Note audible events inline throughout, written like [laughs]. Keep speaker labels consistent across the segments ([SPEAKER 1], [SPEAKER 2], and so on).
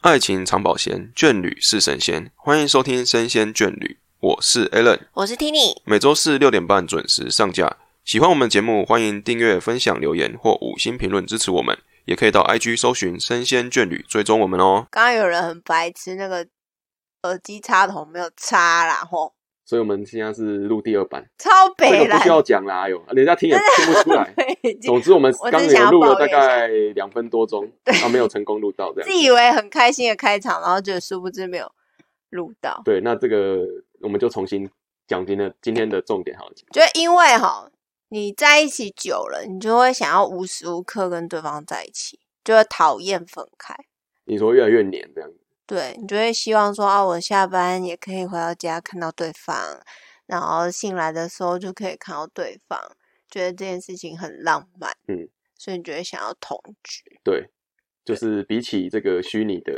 [SPEAKER 1] 爱情长保鲜，眷侣是神仙。欢迎收听《生鲜眷侣》，我是 Alan，
[SPEAKER 2] 我是 Tini，
[SPEAKER 1] 每周四六点半准时上架。喜欢我们节目，欢迎订阅、分享、留言或五星评论支持我们，也可以到 IG 搜寻“生鲜眷侣”追踪我们哦。
[SPEAKER 2] 刚刚有人很白痴，那个耳机插头没有插啦，吼，
[SPEAKER 1] 所以我们现在是录第二版，
[SPEAKER 2] 超
[SPEAKER 1] 这
[SPEAKER 2] 北
[SPEAKER 1] 个
[SPEAKER 2] 蓝。
[SPEAKER 1] 不需，要讲啦，哎呦，人家听也听不出来
[SPEAKER 2] [laughs] 北京
[SPEAKER 1] 总之，我们
[SPEAKER 2] 我
[SPEAKER 1] 刚
[SPEAKER 2] 只
[SPEAKER 1] 刚
[SPEAKER 2] 是想
[SPEAKER 1] 有
[SPEAKER 2] 要
[SPEAKER 1] 录了大
[SPEAKER 2] 抱怨一下
[SPEAKER 1] 概两分多钟，啊，没有成功录到这样
[SPEAKER 2] 自。以为很开心的开场，然后觉得殊不知没有录到，
[SPEAKER 1] 对，那这个我们就重新讲今天的今天的重点好了。
[SPEAKER 2] 就因为哈，你在一起久了，你就会想要无时无刻跟对方在一起，就会讨厌分开。
[SPEAKER 1] 你说越来越黏这样，
[SPEAKER 2] 对你就会希望说啊，我下班也可以回到家看到对方，然后醒来的时候就可以看到对方，觉得这件事情很浪漫，
[SPEAKER 1] 嗯，
[SPEAKER 2] 所以你就会想要同居，
[SPEAKER 1] 对，就是比起这个虚拟的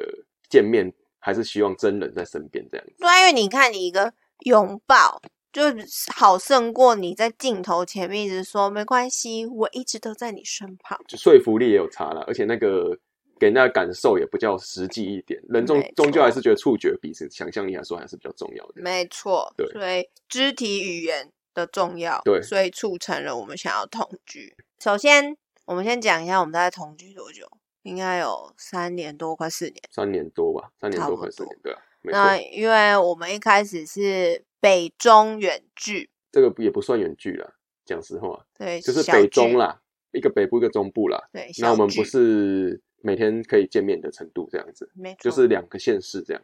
[SPEAKER 1] 见面，还是希望真人在身边这样子。
[SPEAKER 2] 对啊，因为你看你一个拥抱。就是好胜过你在镜头前面一直说没关系，我一直都在你身旁。
[SPEAKER 1] 就说服力也有差啦，而且那个给人家的感受也比较实际一点。人终
[SPEAKER 2] 没错
[SPEAKER 1] 终究还是觉得触觉比想象力来说还是比较重要的。
[SPEAKER 2] 没错，
[SPEAKER 1] 对
[SPEAKER 2] 所以肢体语言的重要，
[SPEAKER 1] 对
[SPEAKER 2] 所以促成了我们想要同居。首先，我们先讲一下我们大概同居多久，应该有三年多，快四年。
[SPEAKER 1] 三年多吧，三年
[SPEAKER 2] 差
[SPEAKER 1] 多
[SPEAKER 2] 不
[SPEAKER 1] 快四
[SPEAKER 2] 多
[SPEAKER 1] 年，对啊，没错，
[SPEAKER 2] 那因为我们一开始是北中远距，
[SPEAKER 1] 这个也不算远距啦，讲实话，
[SPEAKER 2] 对，
[SPEAKER 1] 就是
[SPEAKER 2] 小
[SPEAKER 1] 北
[SPEAKER 2] 距
[SPEAKER 1] 中，啦，一个北部一个中部啦。
[SPEAKER 2] 对，
[SPEAKER 1] 那我
[SPEAKER 2] 小
[SPEAKER 1] 们不
[SPEAKER 2] 距，
[SPEAKER 1] 是每天可以见面的程度这样子，
[SPEAKER 2] 没错，
[SPEAKER 1] 就是两个县市这样。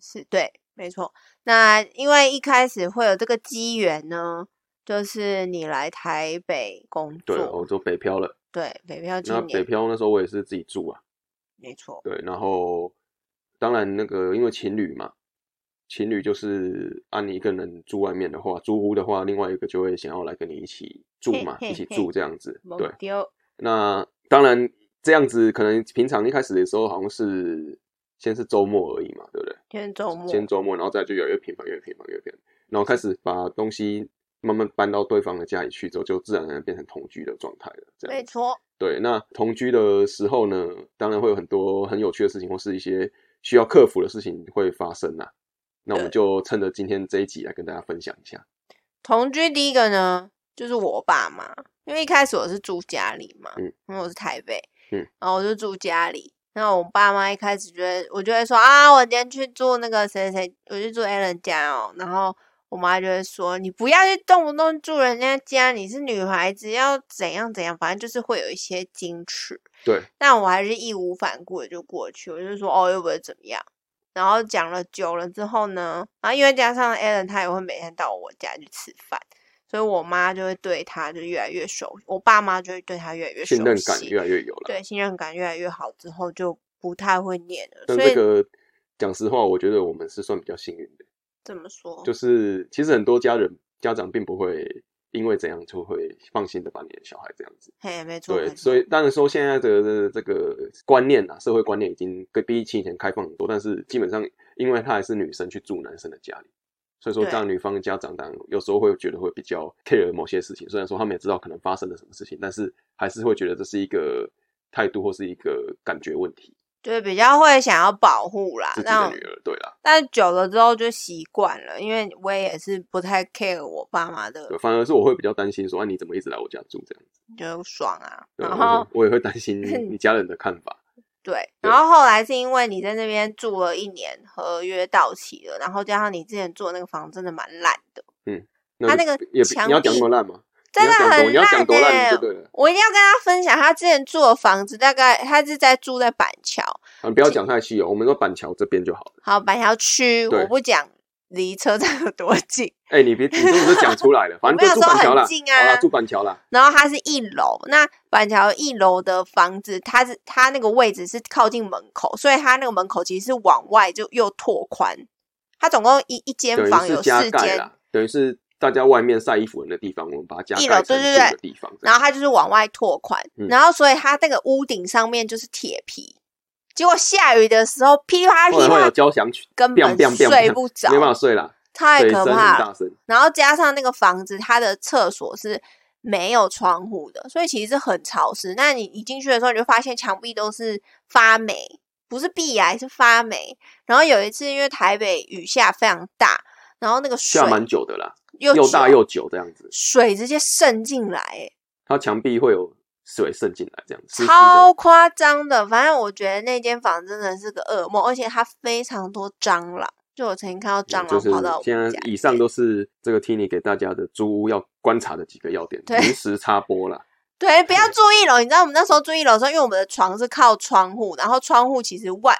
[SPEAKER 2] 是对，没错。那因为一开始会有这个机缘呢，就是你来台北工
[SPEAKER 1] 对，
[SPEAKER 2] 作，
[SPEAKER 1] 我就北漂了。
[SPEAKER 2] 对，北漂
[SPEAKER 1] 那
[SPEAKER 2] 今
[SPEAKER 1] 北
[SPEAKER 2] 年，
[SPEAKER 1] 漂那时候我也是自己住啊，
[SPEAKER 2] 没错，
[SPEAKER 1] 对，然后当然那个因为情侣嘛，情侣就是啊你一个人住外面的话，租屋的话，另外一个就会想要来跟你一起住嘛，
[SPEAKER 2] 嘿嘿
[SPEAKER 1] 一起
[SPEAKER 2] 嘿
[SPEAKER 1] 住这样子，
[SPEAKER 2] 蒙
[SPEAKER 1] 对。
[SPEAKER 2] 丢，
[SPEAKER 1] 那当然这样子可能平常一开始的时候好像是先是周末而已嘛，对不对？
[SPEAKER 2] 今天周末，
[SPEAKER 1] 先周末，然后再就越来越频繁，越频繁，越频繁，然后开始把东西慢慢搬到对方的家里去之后，就自然而然变成同居的状态了。这样
[SPEAKER 2] 没
[SPEAKER 1] 子，
[SPEAKER 2] 错，
[SPEAKER 1] 对。那同居的时候呢，当然会有很多很有趣的事情，或是一些需要克服的事情会发生啦。那我们
[SPEAKER 2] 对
[SPEAKER 1] 就趁着今天这一集来跟大家分享一下。
[SPEAKER 2] 同居第一个呢，就是我爸妈，因为一开始我是住家里嘛，
[SPEAKER 1] 嗯
[SPEAKER 2] 因为我是台北，
[SPEAKER 1] 嗯，
[SPEAKER 2] 然后我就住家里。那我爸妈一开始觉得，我就会说啊，我今天去住那个谁谁，谁，我去住 a l n 家哦。然后我妈就会说，你不要去动不动住人家家，你是女孩子，要怎样怎样，反正就是会有一些矜持。
[SPEAKER 1] 对，
[SPEAKER 2] 但我还是义无反顾的就过去，我就说哦，又不会怎么样。然后讲了久了之后呢，然后因为加上 Alan 他也会每天到我家去吃饭，所以我妈就会对他就越来越熟，我爸妈就会对他越来越
[SPEAKER 1] 信
[SPEAKER 2] 熟悉，
[SPEAKER 1] 任感越来越有了。
[SPEAKER 2] 对信任感越来越好之后就不太会念了。
[SPEAKER 1] 但
[SPEAKER 2] 所
[SPEAKER 1] 这
[SPEAKER 2] 以
[SPEAKER 1] 个讲实话，我觉得我们是算比较幸运的，
[SPEAKER 2] 怎么说？
[SPEAKER 1] 就是其实很多家人家长并不会因为怎样就会放心的把你的小孩这样子。
[SPEAKER 2] 嘿，没错，
[SPEAKER 1] 对
[SPEAKER 2] 没，错
[SPEAKER 1] 所以当然说现在的呃这个观念啊，社会观念已经跟比起以前开放很多，但是基本上因为她还是女生去住男生的家里，所以说
[SPEAKER 2] 对
[SPEAKER 1] 当然女方的家长当然有时候会觉得会比较 care 某些事情，虽然说他们也知道可能发生了什么事情，但是还是会觉得这是一个态度或是一个感觉问题，
[SPEAKER 2] 就是比较会想要保护啦
[SPEAKER 1] 自，己的
[SPEAKER 2] 让
[SPEAKER 1] 女儿对啦，
[SPEAKER 2] 但久了之后就习惯了，因为我也是不太 care 我爸妈的
[SPEAKER 1] 对，，反而是我会比较担心说，啊你怎么一直来我家住这样子，
[SPEAKER 2] 就爽啊。
[SPEAKER 1] 对，
[SPEAKER 2] 然
[SPEAKER 1] 我
[SPEAKER 2] 后
[SPEAKER 1] 会我也会担
[SPEAKER 2] [laughs]
[SPEAKER 1] 心你家人的看法，
[SPEAKER 2] 对，
[SPEAKER 1] 对
[SPEAKER 2] 然后后来是因为你在那边住了一年，合约到期了，然后加上你之前住的那个房真的蛮烂的，他那
[SPEAKER 1] 就
[SPEAKER 2] 个
[SPEAKER 1] 也
[SPEAKER 2] 墙
[SPEAKER 1] 你要讲
[SPEAKER 2] 壁
[SPEAKER 1] 多烂吗？
[SPEAKER 2] 真的很
[SPEAKER 1] 你要讲多，你要讲多烂
[SPEAKER 2] 烂
[SPEAKER 1] 就
[SPEAKER 2] 欸。
[SPEAKER 1] 对了。
[SPEAKER 2] 我一定要跟他分享，他之前住的房子大概他是在住在板桥，
[SPEAKER 1] 啊，不要讲太细哦，我们说板桥这边就好了。
[SPEAKER 2] 好板桥区，
[SPEAKER 1] 对
[SPEAKER 2] 我不讲离车站有多近，
[SPEAKER 1] 哎、你别，你这不是讲出
[SPEAKER 2] [laughs]
[SPEAKER 1] 来了，反正就住板桥啦
[SPEAKER 2] 我没有说很近，啊
[SPEAKER 1] 好啦，住板桥啦，
[SPEAKER 2] 然后它是一楼，那板桥一楼的房子，它是它那个位置是靠近门口，所以它那个门口其实是往外就又拓宽，它总共一一间
[SPEAKER 1] 等于
[SPEAKER 2] 房
[SPEAKER 1] 是
[SPEAKER 2] 有
[SPEAKER 1] 加
[SPEAKER 2] 四
[SPEAKER 1] 盖
[SPEAKER 2] 间，
[SPEAKER 1] 啦，等于是大家外面晒衣服人的地方，我们把它加
[SPEAKER 2] 一
[SPEAKER 1] 盖
[SPEAKER 2] 楼
[SPEAKER 1] 成
[SPEAKER 2] 对
[SPEAKER 1] 住
[SPEAKER 2] 对对
[SPEAKER 1] 的地方。这
[SPEAKER 2] 然
[SPEAKER 1] 样
[SPEAKER 2] 后它就是往外拓宽，
[SPEAKER 1] 嗯
[SPEAKER 2] 然后所以它那个屋顶上面就是铁皮，结果下雨的时候噼里啪啦噼
[SPEAKER 1] 后
[SPEAKER 2] 里
[SPEAKER 1] 来会
[SPEAKER 2] 啪
[SPEAKER 1] 有
[SPEAKER 2] 啦，
[SPEAKER 1] 交响曲，
[SPEAKER 2] 根
[SPEAKER 1] 砰砰
[SPEAKER 2] 本
[SPEAKER 1] 砰
[SPEAKER 2] 睡
[SPEAKER 1] 砰
[SPEAKER 2] 不着
[SPEAKER 1] 没，办法睡啦，
[SPEAKER 2] 太
[SPEAKER 1] 水
[SPEAKER 2] 可
[SPEAKER 1] 声很
[SPEAKER 2] 怕了。
[SPEAKER 1] 大声，
[SPEAKER 2] 然后加上那个房子，它的厕所是没有窗户的，所以其实是很潮湿。那你一进去的时候，你就发现墙壁都是发霉，不不是壁癌是发霉。然后有一次因为台北雨下非常大，然后那个水
[SPEAKER 1] 下蛮久的啦，
[SPEAKER 2] 又
[SPEAKER 1] 又大
[SPEAKER 2] 久
[SPEAKER 1] 又久这样子，
[SPEAKER 2] 水直接渗进来、欸，
[SPEAKER 1] 它墙壁会有水渗进来，这样湿湿的。嗯
[SPEAKER 2] 超夸张的。反正我觉得那间房真的是个噩梦，而且它非常多蟑螂。就我曾经看到蟑
[SPEAKER 1] 嗯就
[SPEAKER 2] 螂
[SPEAKER 1] 是
[SPEAKER 2] 啊跑到我
[SPEAKER 1] 现
[SPEAKER 2] 们
[SPEAKER 1] 在
[SPEAKER 2] 家，
[SPEAKER 1] 以上都是这个 Tini 给大家的租屋要观察的几个要点，
[SPEAKER 2] 对
[SPEAKER 1] 临时插播啦。
[SPEAKER 2] 对，不
[SPEAKER 1] 嗯
[SPEAKER 2] 要住一楼。你知道我们那时候住一楼的时候，因为我们的床是靠窗户，然后窗户其实外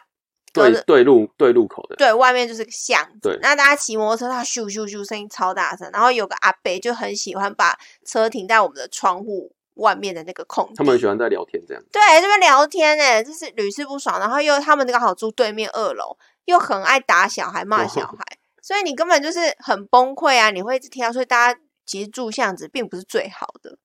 [SPEAKER 2] 隔
[SPEAKER 1] 对
[SPEAKER 2] 着
[SPEAKER 1] 对路对路口的，
[SPEAKER 2] 对，外面就是个巷子。
[SPEAKER 1] 对
[SPEAKER 2] 那大家骑摩托车，他咻咻咻声音超大声，然后有个阿伯就很喜欢把车停在我们的窗户外面的那个空地。
[SPEAKER 1] 他们很喜欢在聊天这样。
[SPEAKER 2] 对这边聊天呢、就是屡试不爽。然后又他们刚好住对面二楼，又很爱打小孩、骂
[SPEAKER 1] [laughs]
[SPEAKER 2] 小孩，所以你根本就是很崩溃啊！你会一直听到，所以大家其实住巷子并不是最好的，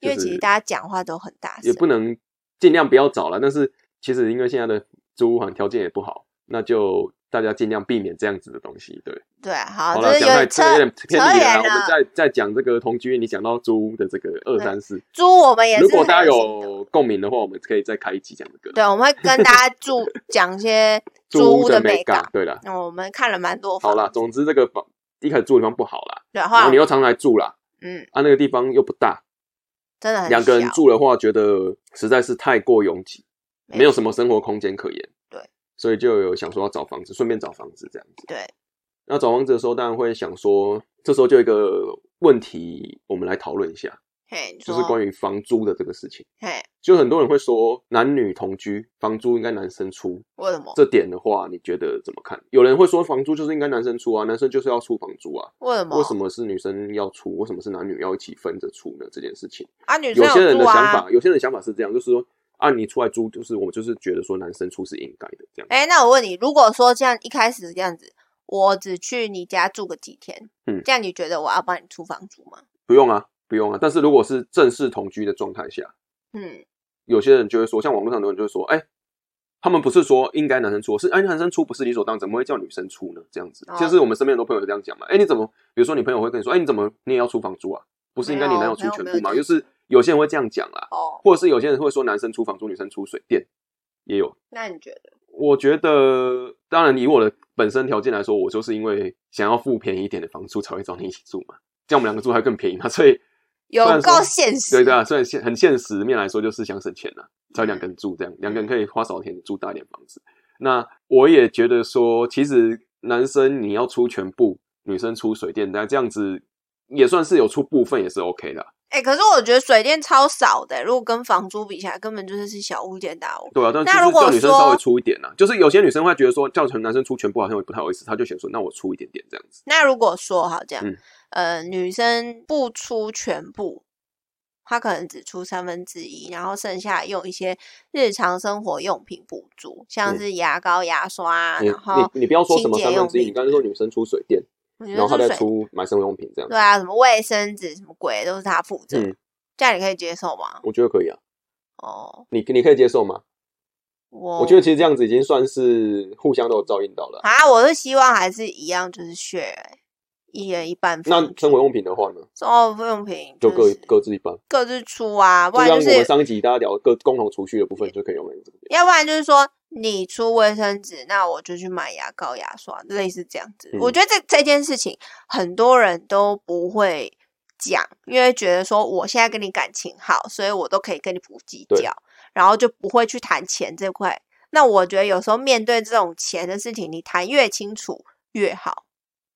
[SPEAKER 2] 因为
[SPEAKER 1] 就
[SPEAKER 2] 其实
[SPEAKER 1] 是
[SPEAKER 2] 大家讲话都很大
[SPEAKER 1] 也
[SPEAKER 2] 声。
[SPEAKER 1] 不能尽量不要找了。但是其实因为现在的租屋行条件也不好，那就大家尽量避免这样子的东西。对，
[SPEAKER 2] 对，啊好，
[SPEAKER 1] 好
[SPEAKER 2] 就
[SPEAKER 1] 了，
[SPEAKER 2] 是
[SPEAKER 1] 讲太这个
[SPEAKER 2] 有
[SPEAKER 1] 有
[SPEAKER 2] 车
[SPEAKER 1] 点偏离了啦。我
[SPEAKER 2] 扯远
[SPEAKER 1] 们
[SPEAKER 2] 了
[SPEAKER 1] 再再讲这个同居，你讲到租屋的这个二三四，
[SPEAKER 2] 租，我们也是
[SPEAKER 1] 如果大家
[SPEAKER 2] 很心疼
[SPEAKER 1] 有共鸣的话，我们可以再开一集讲这个
[SPEAKER 2] 对，我们会跟大家住讲
[SPEAKER 1] [laughs]
[SPEAKER 2] 一些
[SPEAKER 1] 租
[SPEAKER 2] 屋
[SPEAKER 1] 的
[SPEAKER 2] 美
[SPEAKER 1] 感
[SPEAKER 2] 感。。
[SPEAKER 1] 对了，
[SPEAKER 2] 那我们看了蛮多
[SPEAKER 1] 好
[SPEAKER 2] 房，
[SPEAKER 1] 啦，总之这个房一开始住的地方不好啦，
[SPEAKER 2] 对，后
[SPEAKER 1] 然后你
[SPEAKER 2] 来
[SPEAKER 1] 又常来住啦，
[SPEAKER 2] 嗯，
[SPEAKER 1] 啊，那个地方又不大，
[SPEAKER 2] 真的很
[SPEAKER 1] 两个人
[SPEAKER 2] 小
[SPEAKER 1] 住的话，觉得实在是太过拥挤，没有什么生活空间可言。
[SPEAKER 2] 对，
[SPEAKER 1] 所以就有想说要找房子，顺便找房子这样子。
[SPEAKER 2] 对，
[SPEAKER 1] 那找房子的时候，当然会想说，这时候就有一个问题，我们来讨论一下，
[SPEAKER 2] 嘿，你
[SPEAKER 1] 就是
[SPEAKER 2] 说
[SPEAKER 1] 关于房租的这个事情。
[SPEAKER 2] 嘿，
[SPEAKER 1] 就很多人会说，男女同居，房租应该男生出。
[SPEAKER 2] 为什么？
[SPEAKER 1] 这点的话，你觉得怎么看？有人会说，房租就是应该男生出啊，男生就是要出房租啊，
[SPEAKER 2] 为什么？
[SPEAKER 1] 为什么是女生要出？为什么是男女要一起分着出呢？这件事情。
[SPEAKER 2] 啊？女生
[SPEAKER 1] 有些人
[SPEAKER 2] 住
[SPEAKER 1] 的想
[SPEAKER 2] 啊
[SPEAKER 1] 法？，有些人的想法是这样，就是说啊，你出来租，就是我们就是觉得说男生出是应该的这样。
[SPEAKER 2] 哎，那我问你，如果说这样一开始这样子，我只去你家住个几天，
[SPEAKER 1] 嗯
[SPEAKER 2] 这样你觉得我要帮你出房租吗？
[SPEAKER 1] 不用啊，不用啊。但是如果是正式同居的状态下，
[SPEAKER 2] 嗯，
[SPEAKER 1] 有些人就会说，像网络上很多人就会说，哎、他们不是说应该男生出，是哎、男生出不是理所当然，怎么会叫女生出呢？这样子
[SPEAKER 2] 哦，
[SPEAKER 1] 就是我们身边很多朋友也这样讲嘛。哎、你怎么？比如说你朋友会跟你说，哎、你怎么你也要出房租啊？不是应该你
[SPEAKER 2] 没
[SPEAKER 1] 男
[SPEAKER 2] 有
[SPEAKER 1] 友出
[SPEAKER 2] 没有
[SPEAKER 1] 全
[SPEAKER 2] 没
[SPEAKER 1] 部
[SPEAKER 2] 有
[SPEAKER 1] 吗？
[SPEAKER 2] 这样
[SPEAKER 1] 就是有些人会这样讲啦，
[SPEAKER 2] 哦，
[SPEAKER 1] 或者是有些人会说男生出房租，女生出水电，也有。
[SPEAKER 2] 那你觉得？
[SPEAKER 1] 我觉得，当然以我的本身条件来说，我就是因为想要付便宜一点的房租才会找你一起住嘛，这样我们两个住还更便宜嘛，所以
[SPEAKER 2] 有
[SPEAKER 1] 虽然说
[SPEAKER 2] 够现实，
[SPEAKER 1] 对对啊，所以现很现实面来说，就是想省钱啦，才有两个人住这样，两个人可以花少钱住大一点房子。那我也觉得说，其实男生你要出全部，女生出水电，那这样子也算是有出部分也是 OK 的啊，
[SPEAKER 2] 哎、可是我觉得水电超少的、如果跟房租比起来，根本就是是小巫见大巫。
[SPEAKER 1] 对啊，但
[SPEAKER 2] 那
[SPEAKER 1] 就是
[SPEAKER 2] 如果
[SPEAKER 1] 叫女生稍
[SPEAKER 2] 说
[SPEAKER 1] 微出一点啦，就是有些女生会觉得说叫成男生出全部好像也不太好意思，她就想说那我出一点点这样子。
[SPEAKER 2] 那如果说好这样，
[SPEAKER 1] 嗯
[SPEAKER 2] 呃，女生不出全部，她可能只出三分之一，然后剩下用一些日常生活用品补助，像
[SPEAKER 1] 嗯
[SPEAKER 2] 是牙膏、牙刷啊，
[SPEAKER 1] 你
[SPEAKER 2] 然后
[SPEAKER 1] 你你不要说什么
[SPEAKER 2] 清洁
[SPEAKER 1] 三分之一，
[SPEAKER 2] 用品
[SPEAKER 1] 你刚才说女生出水电，
[SPEAKER 2] 我觉
[SPEAKER 1] 然后她
[SPEAKER 2] 得
[SPEAKER 1] 再
[SPEAKER 2] 是水，
[SPEAKER 1] 出买生活用品这样。
[SPEAKER 2] 对啊，什么卫生纸、什么鬼都是她负责，
[SPEAKER 1] 嗯
[SPEAKER 2] 这样你可以接受吗？
[SPEAKER 1] 我觉得可以啊，
[SPEAKER 2] 哦，
[SPEAKER 1] 你你可以接受吗？
[SPEAKER 2] 我
[SPEAKER 1] 我觉得其实这样子已经算是互相都有照应到了啊。
[SPEAKER 2] 啊，我是希望还是一样，就是 share，一人一半
[SPEAKER 1] 那
[SPEAKER 2] 分出。
[SPEAKER 1] 生活用品的话呢，
[SPEAKER 2] 生活用品
[SPEAKER 1] 就各
[SPEAKER 2] 是
[SPEAKER 1] 各自一半，
[SPEAKER 2] 各自出嗯啊，不
[SPEAKER 1] 就
[SPEAKER 2] 然
[SPEAKER 1] 像
[SPEAKER 2] 就
[SPEAKER 1] 我们
[SPEAKER 2] 是
[SPEAKER 1] 上一集大家聊各共同储蓄的部分，就可以用来这边。
[SPEAKER 2] 要不然就是说你出卫生纸，那我就去买牙膏、牙刷，类似这样子。
[SPEAKER 1] 嗯
[SPEAKER 2] 我觉得这这件事情很多人都不会讲，因为觉得说我现在跟你感情好，所以我都可以跟你不计
[SPEAKER 1] 对
[SPEAKER 2] 较，然后就不会去谈钱这块。那我觉得有时候面对这种钱的事情，你谈越清楚越好。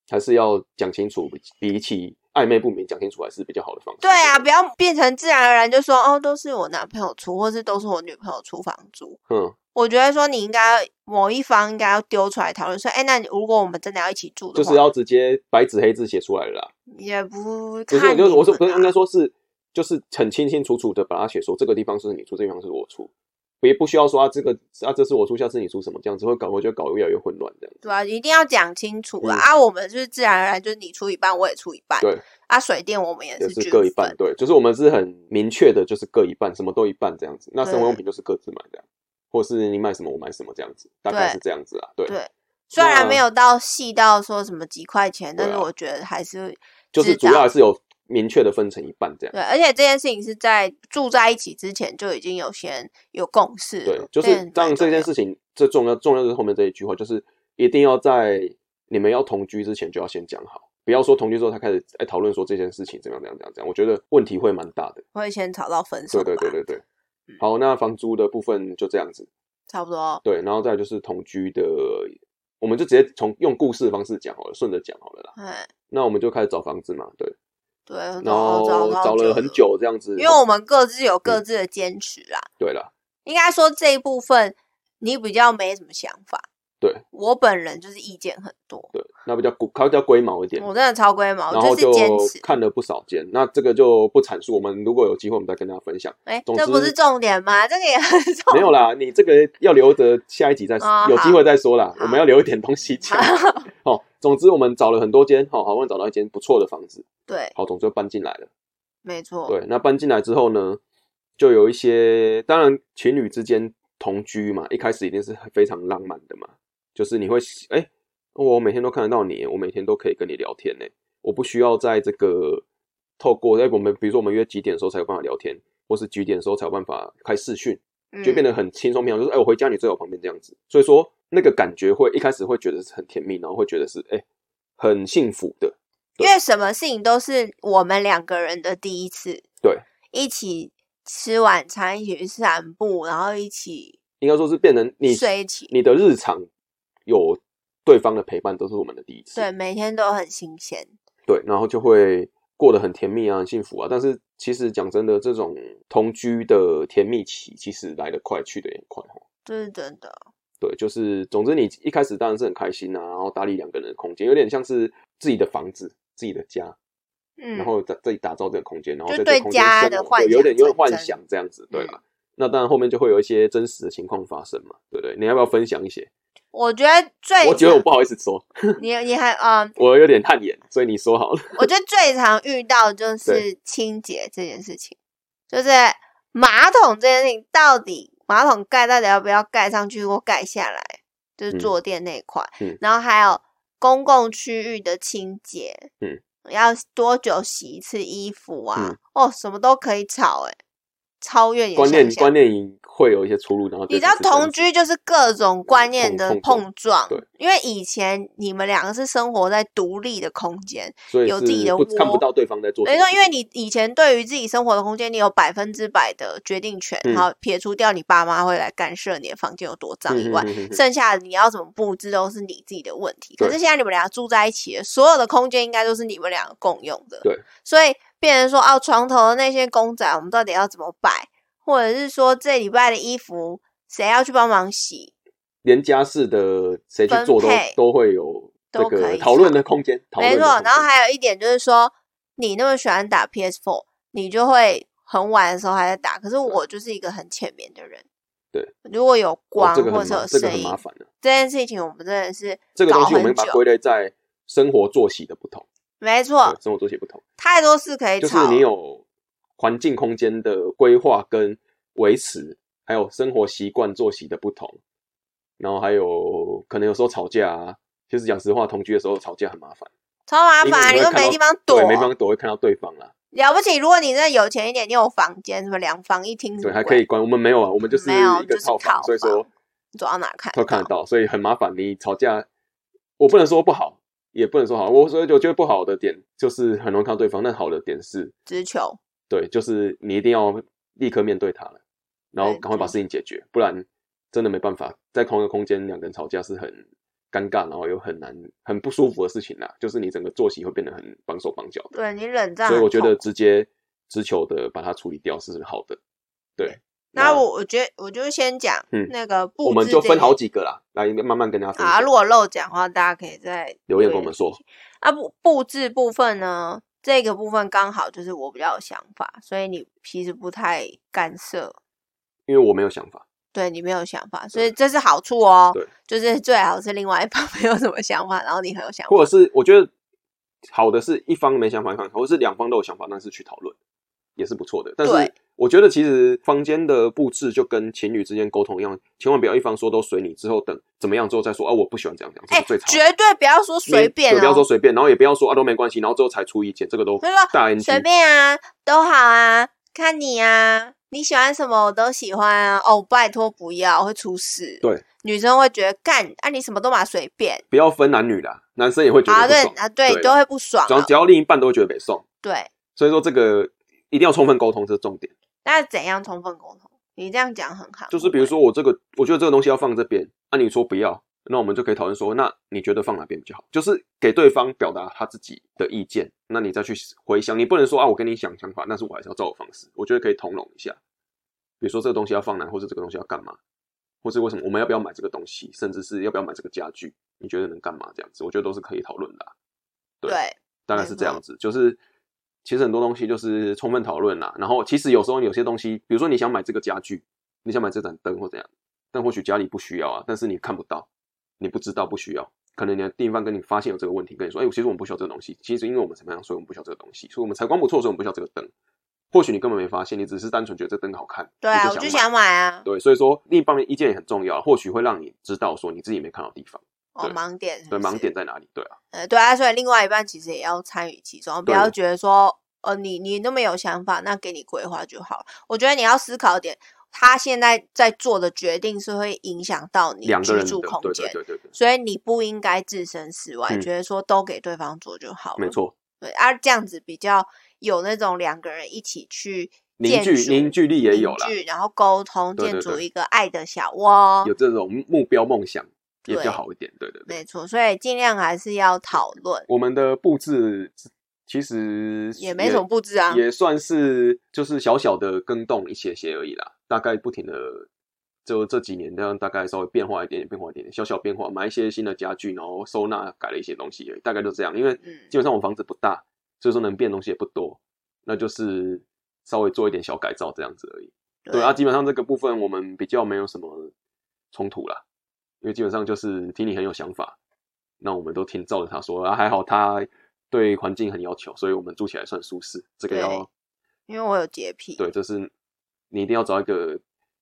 [SPEAKER 1] 还是要讲清楚，比比起暧昧不明，讲清楚还是比较好的方式。
[SPEAKER 2] 对啊，，不要变成自然而然就说哦，都是我男朋友出，或是都是我女朋友出房租。
[SPEAKER 1] 嗯，
[SPEAKER 2] 我觉得说你应该某一方应该要丢出来讨论，说，哎，那你如果我们真的要一起住的
[SPEAKER 1] 就
[SPEAKER 2] 话，
[SPEAKER 1] 是要直接白纸黑字写出来了啦。
[SPEAKER 2] 也不
[SPEAKER 1] 不是，
[SPEAKER 2] 看
[SPEAKER 1] 我就是
[SPEAKER 2] 你
[SPEAKER 1] 我说，不
[SPEAKER 2] 们
[SPEAKER 1] 是
[SPEAKER 2] 啊
[SPEAKER 1] 应该说是，就是很清清楚楚的把它写说，这个地方是你出，这个地方是我出，也不需要说啊，这个啊，这是我出，下次你出什么，这样子会搞，我觉得搞越来越混乱这样。
[SPEAKER 2] 对啊，一定要讲清楚啊！
[SPEAKER 1] 嗯
[SPEAKER 2] 啊，我们就是自然而然就是你出一半，我也出一半，
[SPEAKER 1] 对，
[SPEAKER 2] 啊，水电我们也
[SPEAKER 1] 也
[SPEAKER 2] 是
[SPEAKER 1] 是
[SPEAKER 2] 均
[SPEAKER 1] 各一
[SPEAKER 2] 分
[SPEAKER 1] 半，对，就是我们是很明确的，就是各一半，什么都一半这样子。那生活用品就是各自买这样，或是你买什么我买什么这样子，大概
[SPEAKER 2] 对
[SPEAKER 1] 是这样子啊，对，
[SPEAKER 2] 对虽然
[SPEAKER 1] 那
[SPEAKER 2] 没有到细到说什么几块钱，但
[SPEAKER 1] 对
[SPEAKER 2] 是
[SPEAKER 1] 啊
[SPEAKER 2] 我觉得还是
[SPEAKER 1] 就是
[SPEAKER 2] 知
[SPEAKER 1] 主要
[SPEAKER 2] 道
[SPEAKER 1] 还是有明确的分成一半这样。
[SPEAKER 2] 对，而且这件事情是在住在一起之前就已经有先有共识
[SPEAKER 1] 对
[SPEAKER 2] 了，，
[SPEAKER 1] 就是
[SPEAKER 2] 这
[SPEAKER 1] 让这件
[SPEAKER 2] 件事
[SPEAKER 1] 事情这重要重要就是后面这一句话，就是一定要在你们要同居之前就要先讲好，不要说同居之后才开始哎讨论说这件事情怎么样怎样怎样怎样。我觉得问题会蛮大的。
[SPEAKER 2] 会先吵到分手
[SPEAKER 1] 对
[SPEAKER 2] 吧，
[SPEAKER 1] 对对对对。好，那房租的部分就这样子。
[SPEAKER 2] 差不多。
[SPEAKER 1] 对，然后再来就是同居的，我们就直接从用故事的方式讲好了，顺着讲好了啦。
[SPEAKER 2] 哎，
[SPEAKER 1] 那我们就开始找房子嘛，对，
[SPEAKER 2] 对，
[SPEAKER 1] 然后
[SPEAKER 2] 嗯找
[SPEAKER 1] 找了很，久这样子，
[SPEAKER 2] 因为我们各自有各自的坚持啦。
[SPEAKER 1] 对啦，
[SPEAKER 2] 应该说这一部分你比较没什么想法，
[SPEAKER 1] 对
[SPEAKER 2] 我本人就是意见很多，
[SPEAKER 1] 对，那比较古，它比较龟毛一点，
[SPEAKER 2] 我真的超龟毛，
[SPEAKER 1] 然
[SPEAKER 2] 我
[SPEAKER 1] 后
[SPEAKER 2] 哦就是坚持。
[SPEAKER 1] 看了不少间，那这个就不阐述，我们如果有机会我们再跟大家分享。
[SPEAKER 2] 哎，
[SPEAKER 1] 总
[SPEAKER 2] 这不
[SPEAKER 1] 之
[SPEAKER 2] 是重点
[SPEAKER 1] [laughs]
[SPEAKER 2] 吗？这个也很重
[SPEAKER 1] 没有啦，你这个要留着下一集再、
[SPEAKER 2] 哦
[SPEAKER 1] 有机会再说啦，
[SPEAKER 2] 好
[SPEAKER 1] 我们要留一点东西讲。好、总之我们找了很多间，好好不容易找到一间不错的房子，
[SPEAKER 2] [laughs] 对，
[SPEAKER 1] 好，总之就搬进来了。
[SPEAKER 2] 没错，
[SPEAKER 1] 对，那搬进来之后呢，就有一些，当然情侣之间同居嘛，一开始一定是非常浪漫的嘛，就是你会，哎、我每天都看得到你，我每天都可以跟你聊天呢，我不需要在这个透过，哎、我们比如说我们约几点的时候才有办法聊天，或是几点的时候才有办法开视讯，
[SPEAKER 2] 嗯
[SPEAKER 1] 就变得很轻松平常，就是哎、我回家你坐在我旁边这样子，所以说那个感觉会一开始会觉得是很甜蜜，然后会觉得是哎、很幸福的，对
[SPEAKER 2] 因为什么事情都是我们两个人的第一次，
[SPEAKER 1] 对，
[SPEAKER 2] 一起吃晚餐，一起去散步，然后一起
[SPEAKER 1] 应该说是变成你
[SPEAKER 2] 睡一起，
[SPEAKER 1] 你的日常有对方的陪伴，都是我们的第一次。
[SPEAKER 2] 对，每天都很新鲜。
[SPEAKER 1] 对然后就会过得很甜蜜啊，很幸福啊。但是其实讲真的，这种同居的甜蜜期，其实来得快，去得也快哦。
[SPEAKER 2] 这是真的，
[SPEAKER 1] 对，就是总之你一开始当然是很开心啊，然后打理两个人的空间，有点像是自己的房子、自己的家，
[SPEAKER 2] 嗯，
[SPEAKER 1] 然后在自己打造这个空间，然后在
[SPEAKER 2] 就
[SPEAKER 1] 这
[SPEAKER 2] 对
[SPEAKER 1] 个空间
[SPEAKER 2] 家
[SPEAKER 1] 生
[SPEAKER 2] 的
[SPEAKER 1] 活
[SPEAKER 2] 幻
[SPEAKER 1] 对有点
[SPEAKER 2] 想
[SPEAKER 1] 有点
[SPEAKER 2] 成
[SPEAKER 1] 幻
[SPEAKER 2] 真
[SPEAKER 1] 想这样子，对啦。那当然，后面就会有一些真实的情况发生嘛，对不对？你要不要分享一些？
[SPEAKER 2] 我觉得最
[SPEAKER 1] 我觉得我不好意思说，
[SPEAKER 2] 常你你还嗯，
[SPEAKER 1] 我有点汗颜，所以你说好了。 [laughs]
[SPEAKER 2] 我觉得最常遇到就是清洁这件事情，就是马桶这件事情，到底马桶盖到底要不要盖上去或盖下来，就是
[SPEAKER 1] 嗯
[SPEAKER 2] 坐垫那一块，
[SPEAKER 1] 嗯
[SPEAKER 2] 然后还有公共区域的清洁，
[SPEAKER 1] 嗯，
[SPEAKER 2] 要多久洗一次衣服啊？
[SPEAKER 1] 嗯
[SPEAKER 2] 哦，什么都可以吵、欸，超越你的
[SPEAKER 1] 观
[SPEAKER 2] 想
[SPEAKER 1] 念
[SPEAKER 2] 象
[SPEAKER 1] 观念会有一些出入，然后
[SPEAKER 2] 你
[SPEAKER 1] 这
[SPEAKER 2] 知道
[SPEAKER 1] 次
[SPEAKER 2] 同
[SPEAKER 1] 真
[SPEAKER 2] 居就是各种观念
[SPEAKER 1] 碰
[SPEAKER 2] 的
[SPEAKER 1] 碰撞
[SPEAKER 2] 碰撞
[SPEAKER 1] 对，
[SPEAKER 2] 因为以前你们两个是生活在独立的空间，
[SPEAKER 1] 所以
[SPEAKER 2] 有自己
[SPEAKER 1] 是
[SPEAKER 2] 的
[SPEAKER 1] 不
[SPEAKER 2] 窝
[SPEAKER 1] 看不到对方在做什
[SPEAKER 2] 等
[SPEAKER 1] 么
[SPEAKER 2] 于
[SPEAKER 1] 事情。
[SPEAKER 2] 说，因为你以前对于自己生活的空间，你有百分之百的决定权，
[SPEAKER 1] 嗯
[SPEAKER 2] 然后撇除掉你爸妈会来干涉你的房间有多脏以外，
[SPEAKER 1] 嗯嗯嗯嗯嗯
[SPEAKER 2] 剩下的你要怎么布置都是你自己的问题。可
[SPEAKER 1] 对
[SPEAKER 2] 是现在你们俩住在一起了，所有的空间应该都是你们两个共用的，
[SPEAKER 1] 对，
[SPEAKER 2] 所以变成说，哦，床头的那些公仔，我们到底要怎么摆，或者是说这礼拜的衣服谁要去帮忙洗？
[SPEAKER 1] 连家事的谁去做都
[SPEAKER 2] 分配
[SPEAKER 1] 都会有这
[SPEAKER 2] 都可
[SPEAKER 1] 个
[SPEAKER 2] 以
[SPEAKER 1] 讨论的空间，讨论
[SPEAKER 2] 没
[SPEAKER 1] 的
[SPEAKER 2] 错
[SPEAKER 1] 空，间
[SPEAKER 2] 然后还有一点就是说，你那么喜欢打 PS4，你就会很晚的时候还在打。可是我就是一个很浅眠的人。
[SPEAKER 1] 对，
[SPEAKER 2] 如果有光、
[SPEAKER 1] 哦这个
[SPEAKER 2] 或
[SPEAKER 1] 很
[SPEAKER 2] 者
[SPEAKER 1] 麻
[SPEAKER 2] 有
[SPEAKER 1] 这个
[SPEAKER 2] 声
[SPEAKER 1] 很
[SPEAKER 2] 音，
[SPEAKER 1] 麻烦的、啊
[SPEAKER 2] 这件事情我们真的是
[SPEAKER 1] 这个
[SPEAKER 2] 搞
[SPEAKER 1] 东西我
[SPEAKER 2] 很
[SPEAKER 1] 们把它
[SPEAKER 2] 久。
[SPEAKER 1] 归类在生活作息的不同，
[SPEAKER 2] 没错
[SPEAKER 1] 对，生活作息不同，
[SPEAKER 2] 太多事可以
[SPEAKER 1] 就是
[SPEAKER 2] 吵。
[SPEAKER 1] 你有环境空间的规划跟维持，还有生活习惯作息的不同，然后还有可能有时候吵架啊，其实讲实话，同居的时候吵架很麻烦。
[SPEAKER 2] 超麻
[SPEAKER 1] 因为
[SPEAKER 2] 烦，
[SPEAKER 1] 你会
[SPEAKER 2] 你又
[SPEAKER 1] 看
[SPEAKER 2] 没
[SPEAKER 1] 到
[SPEAKER 2] 地方躲
[SPEAKER 1] 对，。没地方躲会看到对方啦。
[SPEAKER 2] 了不起，如果你真的有钱一点，你有房间，什么两房一厅，
[SPEAKER 1] 对，还可以，关。我们没有啊，我们就是
[SPEAKER 2] 嗯没有
[SPEAKER 1] 一个
[SPEAKER 2] 就是
[SPEAKER 1] 套
[SPEAKER 2] 套
[SPEAKER 1] 房，所以说
[SPEAKER 2] 房你走到哪看
[SPEAKER 1] 都看得到，所以很麻烦。你吵架，我不能说不好，也不能说好。我所以我觉得不好的点就是很容易看到对方，但好的点是，
[SPEAKER 2] 直球。
[SPEAKER 1] 对，就是你一定要立刻面对他了，然后
[SPEAKER 2] 对
[SPEAKER 1] 赶快把
[SPEAKER 2] 对
[SPEAKER 1] 事情解决，不然真的没办法。在同一个空间，两个人吵架是很尴尬，然后又很难、很不舒服的事情啦。就是你整个作息会变得很绑手绑脚的。
[SPEAKER 2] 对你冷战
[SPEAKER 1] 所
[SPEAKER 2] 很痛苦，
[SPEAKER 1] 以我觉得直接直球的把它处理掉是好的。对，
[SPEAKER 2] 那我我觉得我就先讲
[SPEAKER 1] 哦嗯
[SPEAKER 2] 那个布
[SPEAKER 1] 我
[SPEAKER 2] 置这件事，
[SPEAKER 1] 们就分好几个啦，来慢慢跟大家分
[SPEAKER 2] 啊，如
[SPEAKER 1] 享。
[SPEAKER 2] 果漏讲的话，大家可以再
[SPEAKER 1] 留言跟我们说。
[SPEAKER 2] 啊，布布置部分呢，这个部分刚好就是我比较有想法，所以你其实不太干涉，
[SPEAKER 1] 因为我没有想法，
[SPEAKER 2] 对你没有想法，所以这是好处哦。
[SPEAKER 1] 对，
[SPEAKER 2] 就是最好是另外一方 [laughs] 没有什么想法，然后你很有想法。
[SPEAKER 1] 或者是我觉得好的是一方没想法，一方或者是两方都有想法，但是去讨论也是不错的。但
[SPEAKER 2] 对
[SPEAKER 1] 是我觉得其实房间的布置就跟情侣之间沟通一样，千万不要一方说都随你，之后等怎么样之后再说啊，我不喜欢这样这样，这
[SPEAKER 2] 哎
[SPEAKER 1] 是最，吵的。
[SPEAKER 2] 绝对不要说随便
[SPEAKER 1] 对不要说
[SPEAKER 2] 哦，
[SPEAKER 1] 随便，然后也不要说啊都没关系，然后之后才出意见，这个都
[SPEAKER 2] 就是说
[SPEAKER 1] 大 NG。
[SPEAKER 2] 随便啊，都好啊，看你啊，你喜欢什么我都喜欢啊。哦，拜托不要，会出事。
[SPEAKER 1] 对，
[SPEAKER 2] 女生会觉得干啊，你什么都嘛随便
[SPEAKER 1] 不要分男女啦，男生也会觉得
[SPEAKER 2] 啊，
[SPEAKER 1] 不
[SPEAKER 2] 对
[SPEAKER 1] 爽，
[SPEAKER 2] 啊，对，
[SPEAKER 1] 对
[SPEAKER 2] 都会不爽
[SPEAKER 1] 只要
[SPEAKER 2] 啊。
[SPEAKER 1] 只要另一半都觉得被送，
[SPEAKER 2] 对，
[SPEAKER 1] 所以说这个一定要充分沟通，这是重点。
[SPEAKER 2] 那怎样充分沟通？你这样讲很欸好，
[SPEAKER 1] 就是比如说我这个，我觉得这个东西要放这边，啊，你说不要，那我们就可以讨论说，那你觉得放哪边比较好？就是给对方表达他自己的意见，那你再去回想，你不能说啊，我跟你想想法，但是我还是要照我方式。我觉得可以通融一下，比如说这个东西要放哪，或是这个东西要干嘛，或是为什么我们要不要买这个东西，甚至是要不要买这个家具，你觉得能干嘛？这样子，我觉得都是可以讨论的啊、对
[SPEAKER 2] 对
[SPEAKER 1] 大概是这样子，就是其实很多东西就是充分讨论啦。然后其实有时候有些东西，比如说你想买这个家具，你想买这盏灯或怎样，但或许家里不需要啊，但是你看不到，你不知道不需要，可能你的地方跟你发现有这个问题，跟你说，哎、其实我们不需要这个东西，其实因为我们怎么样，所以我们不需要这个东西，所以我们采光不错，所以我们不需要这个灯。或许你根本没发现，你只是单纯觉得这灯好看，
[SPEAKER 2] 对啊，
[SPEAKER 1] 你
[SPEAKER 2] 我就
[SPEAKER 1] 买
[SPEAKER 2] 想买啊。
[SPEAKER 1] 对，所以说另一方面意见也很重要，或许会让你知道说你自己没看到的地方，
[SPEAKER 2] 哦，
[SPEAKER 1] 对
[SPEAKER 2] 盲点是
[SPEAKER 1] 对，
[SPEAKER 2] 不
[SPEAKER 1] 盲
[SPEAKER 2] 是
[SPEAKER 1] 点在哪里？对啊，
[SPEAKER 2] 呃，对啊，所以另外一半其实也要参与其中，不
[SPEAKER 1] 对
[SPEAKER 2] 要觉得说，呃，你你那么有想法，那给你规划就好了。我觉得你要思考一点，他现在在做的决定是会影响到你
[SPEAKER 1] 两个
[SPEAKER 2] 嗯居
[SPEAKER 1] 人的，
[SPEAKER 2] 住空
[SPEAKER 1] 对
[SPEAKER 2] 间
[SPEAKER 1] 对，对对对，
[SPEAKER 2] 所以你不应该置身事外，
[SPEAKER 1] 嗯
[SPEAKER 2] 觉得说都给对方做就好了。
[SPEAKER 1] 没，错。
[SPEAKER 2] 对啊，这样子比较有那种两个人一起去
[SPEAKER 1] 凝聚
[SPEAKER 2] 建筑
[SPEAKER 1] 凝聚力也有啦
[SPEAKER 2] 凝，聚然后沟通，
[SPEAKER 1] 对对
[SPEAKER 2] 建筑
[SPEAKER 1] 对
[SPEAKER 2] 一个爱的小窝
[SPEAKER 1] 有。这种目标梦想也比
[SPEAKER 2] 对
[SPEAKER 1] 较好一点。对对对，
[SPEAKER 2] 没错，所以尽量还是要讨论，
[SPEAKER 1] 我们的布置其实
[SPEAKER 2] 也没什么布置啊。
[SPEAKER 1] 也算是就是小小的更动一些些而已啦，大概不停的。就这几年，这样大概稍微变化一点点，变化一点点，小小变化，买一些新的家具，然后收纳改了一些东西而已，大概就这样。因为
[SPEAKER 2] 嗯
[SPEAKER 1] 基本上我房子不大，所以说能变的东西也不多，那就是稍微做一点小改造这样子而已。对啊，基本上这个部分我们比较没有什么冲突啦，因为基本上就是听你很有想法，那我们都听照着他说啊，还好他对环境很要求，所以我们住起来算舒适。这个要
[SPEAKER 2] 因为我有洁癖，
[SPEAKER 1] 对，就是你一定要找一个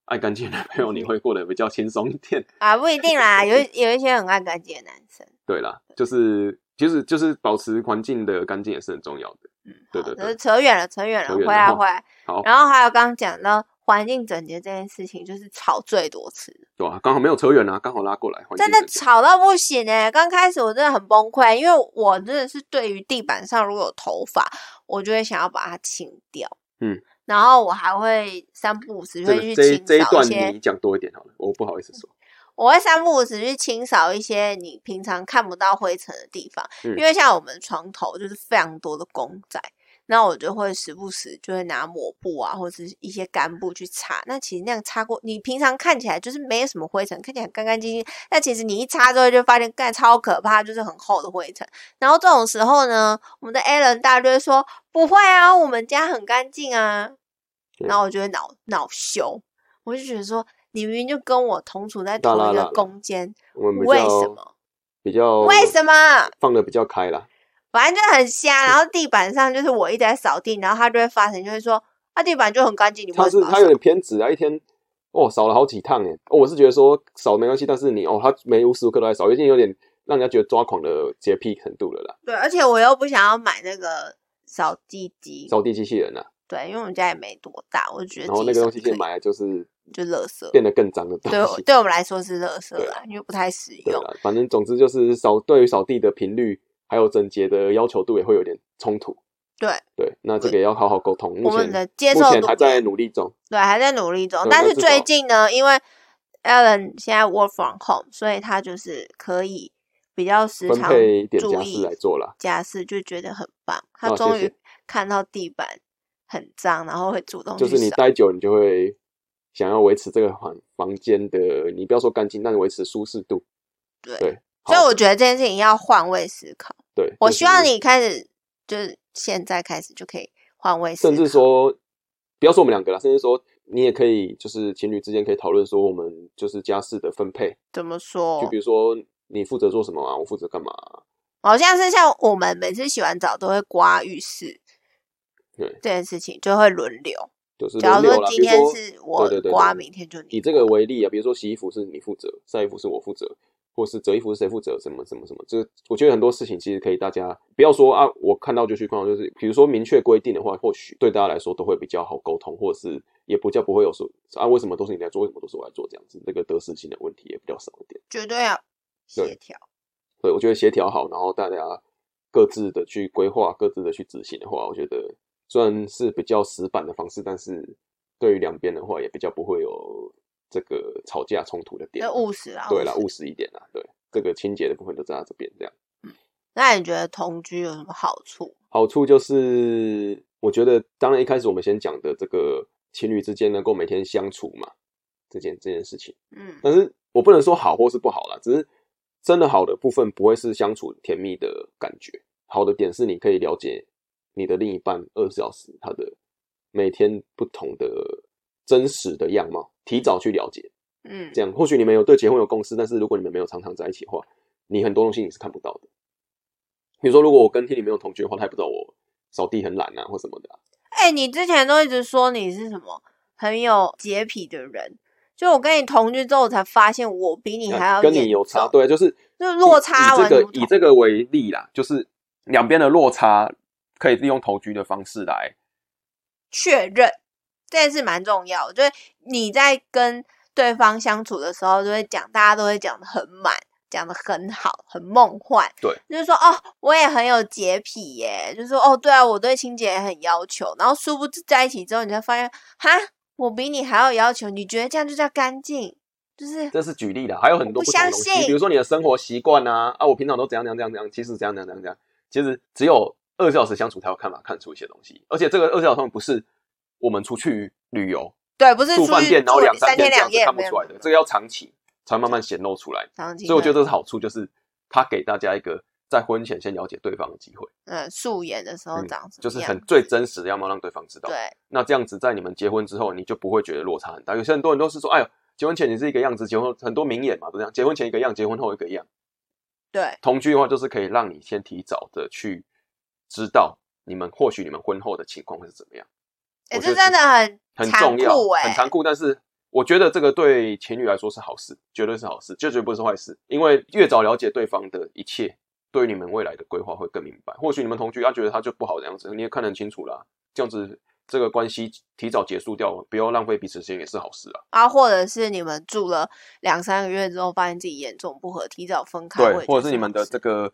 [SPEAKER 1] 爱干净的男朋友，你会过得比较轻松一点。
[SPEAKER 2] 啊，不一
[SPEAKER 1] [laughs]
[SPEAKER 2] 定啦，有一有一些很爱干净的男生，
[SPEAKER 1] 对啦，就是其实就是保持环境的干净也是很重要的。
[SPEAKER 2] 嗯，
[SPEAKER 1] 对
[SPEAKER 2] 好
[SPEAKER 1] 对
[SPEAKER 2] 可
[SPEAKER 1] 对
[SPEAKER 2] 是扯远了，扯远
[SPEAKER 1] 扯
[SPEAKER 2] 了，
[SPEAKER 1] 远
[SPEAKER 2] 回
[SPEAKER 1] 了
[SPEAKER 2] 来
[SPEAKER 1] 哈
[SPEAKER 2] 回来。
[SPEAKER 1] 好，
[SPEAKER 2] 啊然后还有刚刚讲到环境整洁这件事情，就是吵最多次，
[SPEAKER 1] 对啊，刚好没有扯远啊，刚好拉过来。环境
[SPEAKER 2] 真的
[SPEAKER 1] 整洁
[SPEAKER 2] 吵到不行哎、刚开始我真的很崩溃，因为我真的是对于地板上如果有头发，我就会想要把它清掉。
[SPEAKER 1] 嗯，
[SPEAKER 2] 然后我还会三不五时
[SPEAKER 1] 这个
[SPEAKER 2] 会去
[SPEAKER 1] 这一
[SPEAKER 2] 清
[SPEAKER 1] 这一
[SPEAKER 2] 扫
[SPEAKER 1] 段
[SPEAKER 2] 一些
[SPEAKER 1] 你讲多一点好了，我不好意思说。
[SPEAKER 2] 我会三不五时去清扫一些你平常看不到灰尘的地方，
[SPEAKER 1] 嗯
[SPEAKER 2] 因为像我们床头就是非常多的公仔，那我就会时不时就会拿抹布啊，或者是一些干布去擦。那其实那样擦过，你平常看起来就是没有什么灰尘，看起来干干净净，但其实你一擦之后就发现，干超可怕，就是很厚的灰尘。然后这种时候呢，我们的 a l n 大家就会说：“不会啊，我们家很干净啊。”
[SPEAKER 1] [laughs] 对
[SPEAKER 2] 然后我就会恼恼羞，我就觉得说，你明明就跟我同处在
[SPEAKER 1] 啦
[SPEAKER 2] 同一
[SPEAKER 1] 啦
[SPEAKER 2] 个
[SPEAKER 1] 啦哦
[SPEAKER 2] 空间，
[SPEAKER 1] 我们比
[SPEAKER 2] 为
[SPEAKER 1] 较
[SPEAKER 2] 什么？
[SPEAKER 1] 比较
[SPEAKER 2] 为什么？
[SPEAKER 1] 放的比较开啦？
[SPEAKER 2] 反正就很瞎。然后地板上就是我一直在扫地，然后他就会发神，就会说，啊，地板就很干净，你
[SPEAKER 1] 他
[SPEAKER 2] 为
[SPEAKER 1] 是
[SPEAKER 2] 什么要
[SPEAKER 1] 他
[SPEAKER 2] 扫
[SPEAKER 1] 有？点偏执啊，一天哦扫了好几趟哎、哦，我是觉得说扫没关系，但是你哦他每无时无刻都在扫，已经有点让人家觉得抓狂的洁癖程度了啦。
[SPEAKER 2] 对，而且我又不想要买那个扫地机，
[SPEAKER 1] 扫地机器人啊，
[SPEAKER 2] 对，因为我们家也没多大，我就觉得
[SPEAKER 1] 然后
[SPEAKER 2] 自
[SPEAKER 1] 那
[SPEAKER 2] 己
[SPEAKER 1] 个
[SPEAKER 2] 扫
[SPEAKER 1] 东西现
[SPEAKER 2] 地
[SPEAKER 1] 在
[SPEAKER 2] 可以
[SPEAKER 1] 买来就是
[SPEAKER 2] 就垃圾。
[SPEAKER 1] 变得更脏的东
[SPEAKER 2] 对我，
[SPEAKER 1] 西。
[SPEAKER 2] 对我们来说是垃圾
[SPEAKER 1] 对
[SPEAKER 2] 啦，因为不太实
[SPEAKER 1] 对
[SPEAKER 2] 用。
[SPEAKER 1] 啦，反正总之就是扫对于扫地的频率还有整洁的要求度也会有点冲突。
[SPEAKER 2] 对
[SPEAKER 1] 对，那这个也要好好沟通。目
[SPEAKER 2] 我
[SPEAKER 1] 前
[SPEAKER 2] 们的接
[SPEAKER 1] 目
[SPEAKER 2] 受
[SPEAKER 1] 前
[SPEAKER 2] 度
[SPEAKER 1] 还
[SPEAKER 2] 不一样
[SPEAKER 1] 在努力中。
[SPEAKER 2] 对，还在努力中。
[SPEAKER 1] 对
[SPEAKER 2] 但
[SPEAKER 1] 那
[SPEAKER 2] 是
[SPEAKER 1] 至
[SPEAKER 2] 最
[SPEAKER 1] 少
[SPEAKER 2] 近呢，因为 Alan 现在 work from home，所以他就是可以比较时
[SPEAKER 1] 分
[SPEAKER 2] 常
[SPEAKER 1] 配一点
[SPEAKER 2] 注
[SPEAKER 1] 家事
[SPEAKER 2] 意
[SPEAKER 1] 来做啦
[SPEAKER 2] 家事，就觉得很棒。他
[SPEAKER 1] 啊谢
[SPEAKER 2] 终
[SPEAKER 1] 谢
[SPEAKER 2] 于看到地板很脏，然后会主动
[SPEAKER 1] 就
[SPEAKER 2] 去
[SPEAKER 1] 是你
[SPEAKER 2] 扫。
[SPEAKER 1] 待久，你就会想要维持这个房房间的，你不要说干净，但是维持舒适度。
[SPEAKER 2] 对
[SPEAKER 1] 对，
[SPEAKER 2] 所以
[SPEAKER 1] 好
[SPEAKER 2] 我觉得这件事情要换位思考。
[SPEAKER 1] 对，
[SPEAKER 2] 我
[SPEAKER 1] 就
[SPEAKER 2] 希望
[SPEAKER 1] 是
[SPEAKER 2] 你开始，就是现在开始就可以换位思考。
[SPEAKER 1] 甚至说，不要说我们两个啦，甚至说你也可以，就是情侣之间可以讨论说，我们就是家事的分配，
[SPEAKER 2] 怎么说
[SPEAKER 1] 就比？如说你负责做什么啊，我负责干嘛啊、
[SPEAKER 2] 好像是像我们每次洗完澡都会刮浴室，
[SPEAKER 1] 对
[SPEAKER 2] 这件事情就会轮流。
[SPEAKER 1] 就是
[SPEAKER 2] 假
[SPEAKER 1] 轮
[SPEAKER 2] 如
[SPEAKER 1] 流
[SPEAKER 2] 说
[SPEAKER 1] 啦。
[SPEAKER 2] 今
[SPEAKER 1] 比如
[SPEAKER 2] 天
[SPEAKER 1] 说
[SPEAKER 2] 是我
[SPEAKER 1] 对对对
[SPEAKER 2] 刮，
[SPEAKER 1] 对
[SPEAKER 2] 明天就你
[SPEAKER 1] 以这个为例啊，比如说洗衣服是你负责，晒衣服是我负责，或是折衣服是谁负责，什么什么什么，这个我觉得很多事情其实可以大家不要说啊，我看到就去看到，就是比如说明确规定的话，或许对大家来说都会比较好沟通，或者是也不叫不会有说啊，为什么都是你来做，为什么都是我来做这样子，这个得失心的问题也比较少一点。
[SPEAKER 2] 绝对要
[SPEAKER 1] 对
[SPEAKER 2] 协调。
[SPEAKER 1] 对，我觉得协调好，然后大家各自的去规划，各自的去执行的话，我觉得虽然是比较死板的方式，但是对于两边的话，也比较不会有这个吵架冲突的点
[SPEAKER 2] 就。务实啊，
[SPEAKER 1] 对啦，
[SPEAKER 2] 务实。
[SPEAKER 1] 务实一点啦，对，这个清洁的部分就在他这边这样。
[SPEAKER 2] 那你觉得同居有什么好处？
[SPEAKER 1] 好处就是，我觉得当然一开始我们先讲的这个情侣之间能够每天相处嘛，这件这件事情。
[SPEAKER 2] 嗯，
[SPEAKER 1] 但是我不能说好或是不好啦，只是真的好的部分不会是相处甜蜜的感觉。好的点是你可以了解你的另一半二十小时他的每天不同的真实的样貌，提早去了解。
[SPEAKER 2] 嗯，
[SPEAKER 1] 这样或许你们有对结婚有共识，但是如果你们没有常常在一起的话，你很多东西你是看不到的。比如说，如果我跟天里没有同居的话，他也不知道我扫地很懒啊或什么的啊、
[SPEAKER 2] 哎、你之前都一直说你是什么很有洁癖的人，就我跟你同居之后，我才发现我比你还要
[SPEAKER 1] 呃跟你
[SPEAKER 2] 严
[SPEAKER 1] 有差，
[SPEAKER 2] 重，
[SPEAKER 1] 对，就是
[SPEAKER 2] 就是落差
[SPEAKER 1] 以以
[SPEAKER 2] 完
[SPEAKER 1] 这
[SPEAKER 2] 全
[SPEAKER 1] 个
[SPEAKER 2] 不
[SPEAKER 1] 以
[SPEAKER 2] 同。
[SPEAKER 1] 这个为例啦，就是两边的落差可以利用投居的方式来，
[SPEAKER 2] 确认，这件事蛮重要的。就是你在跟对方相处的时候，就会讲，大家都会讲的很满，讲的很好，很梦幻。
[SPEAKER 1] 对，
[SPEAKER 2] 就是说哦，我也很有洁癖耶，就是说哦，对啊，我对清洁也很要求。然后殊不知在一起之后，你才发现，哈，我比你还要要求。你觉得这样就叫干净？就是
[SPEAKER 1] 这是举例啦，还有很多
[SPEAKER 2] 我不
[SPEAKER 1] 同的东
[SPEAKER 2] 相信
[SPEAKER 1] 西，比如说你的生活习惯啊，啊，我平常都怎样怎样怎样怎样，其实怎样怎样怎样怎样，其实只有二十小时相处才有看法看出一些东西，而且这个二十小时不是我们出去旅游
[SPEAKER 2] 对，不是
[SPEAKER 1] 住
[SPEAKER 2] 出
[SPEAKER 1] 饭
[SPEAKER 2] 去
[SPEAKER 1] 店然后
[SPEAKER 2] 住
[SPEAKER 1] 两
[SPEAKER 2] 三
[SPEAKER 1] 天
[SPEAKER 2] 天
[SPEAKER 1] 这样
[SPEAKER 2] 两
[SPEAKER 1] 子
[SPEAKER 2] 夜
[SPEAKER 1] 看不
[SPEAKER 2] 没有
[SPEAKER 1] 出来的
[SPEAKER 2] 没，有
[SPEAKER 1] 这个要长期才慢慢显露出来，
[SPEAKER 2] 长期
[SPEAKER 1] 所以我觉得
[SPEAKER 2] 的
[SPEAKER 1] 这是好处，就是他给大家一个在婚前先了解对方的机会，
[SPEAKER 2] 嗯素颜的时候
[SPEAKER 1] 嗯
[SPEAKER 2] 长什么
[SPEAKER 1] 就是
[SPEAKER 2] 样
[SPEAKER 1] 很最真实的样貌让对方知道。
[SPEAKER 2] 对，
[SPEAKER 1] 那这样子，在你们结婚之后，你就不会觉得落差很大。有些很多人都是说，哎呦，结婚前你是一个样子，结婚后很多名言嘛，都这样，结婚前一个样，结婚后一个样。
[SPEAKER 2] 对哎
[SPEAKER 1] 同居的话，就是可以让你先提早的去知道你们或许你们婚后的情况会是怎么样，
[SPEAKER 2] 哎、
[SPEAKER 1] 我觉
[SPEAKER 2] 这
[SPEAKER 1] 得
[SPEAKER 2] 真
[SPEAKER 1] 是
[SPEAKER 2] 的很
[SPEAKER 1] 很
[SPEAKER 2] 残
[SPEAKER 1] 重要，
[SPEAKER 2] 酷哎、
[SPEAKER 1] 很残酷。但欸是我觉得这个对情侣来说是好事，绝对是好事，这绝对不是坏事。因为越早了解对方的一切，对于你们未来的规划会更明白。或许你们同居，他觉得他就不好这样子，你也看得很清楚啦。这样子，这个关系提早结束掉，不要浪费彼此时间也是好事啊。
[SPEAKER 2] 啊，或者是你们住了两三个月之后，发现自己严重不合，提早分开，我
[SPEAKER 1] 对
[SPEAKER 2] 也，觉
[SPEAKER 1] 或
[SPEAKER 2] 得
[SPEAKER 1] 者是你们
[SPEAKER 2] 好
[SPEAKER 1] 的
[SPEAKER 2] 事
[SPEAKER 1] 这个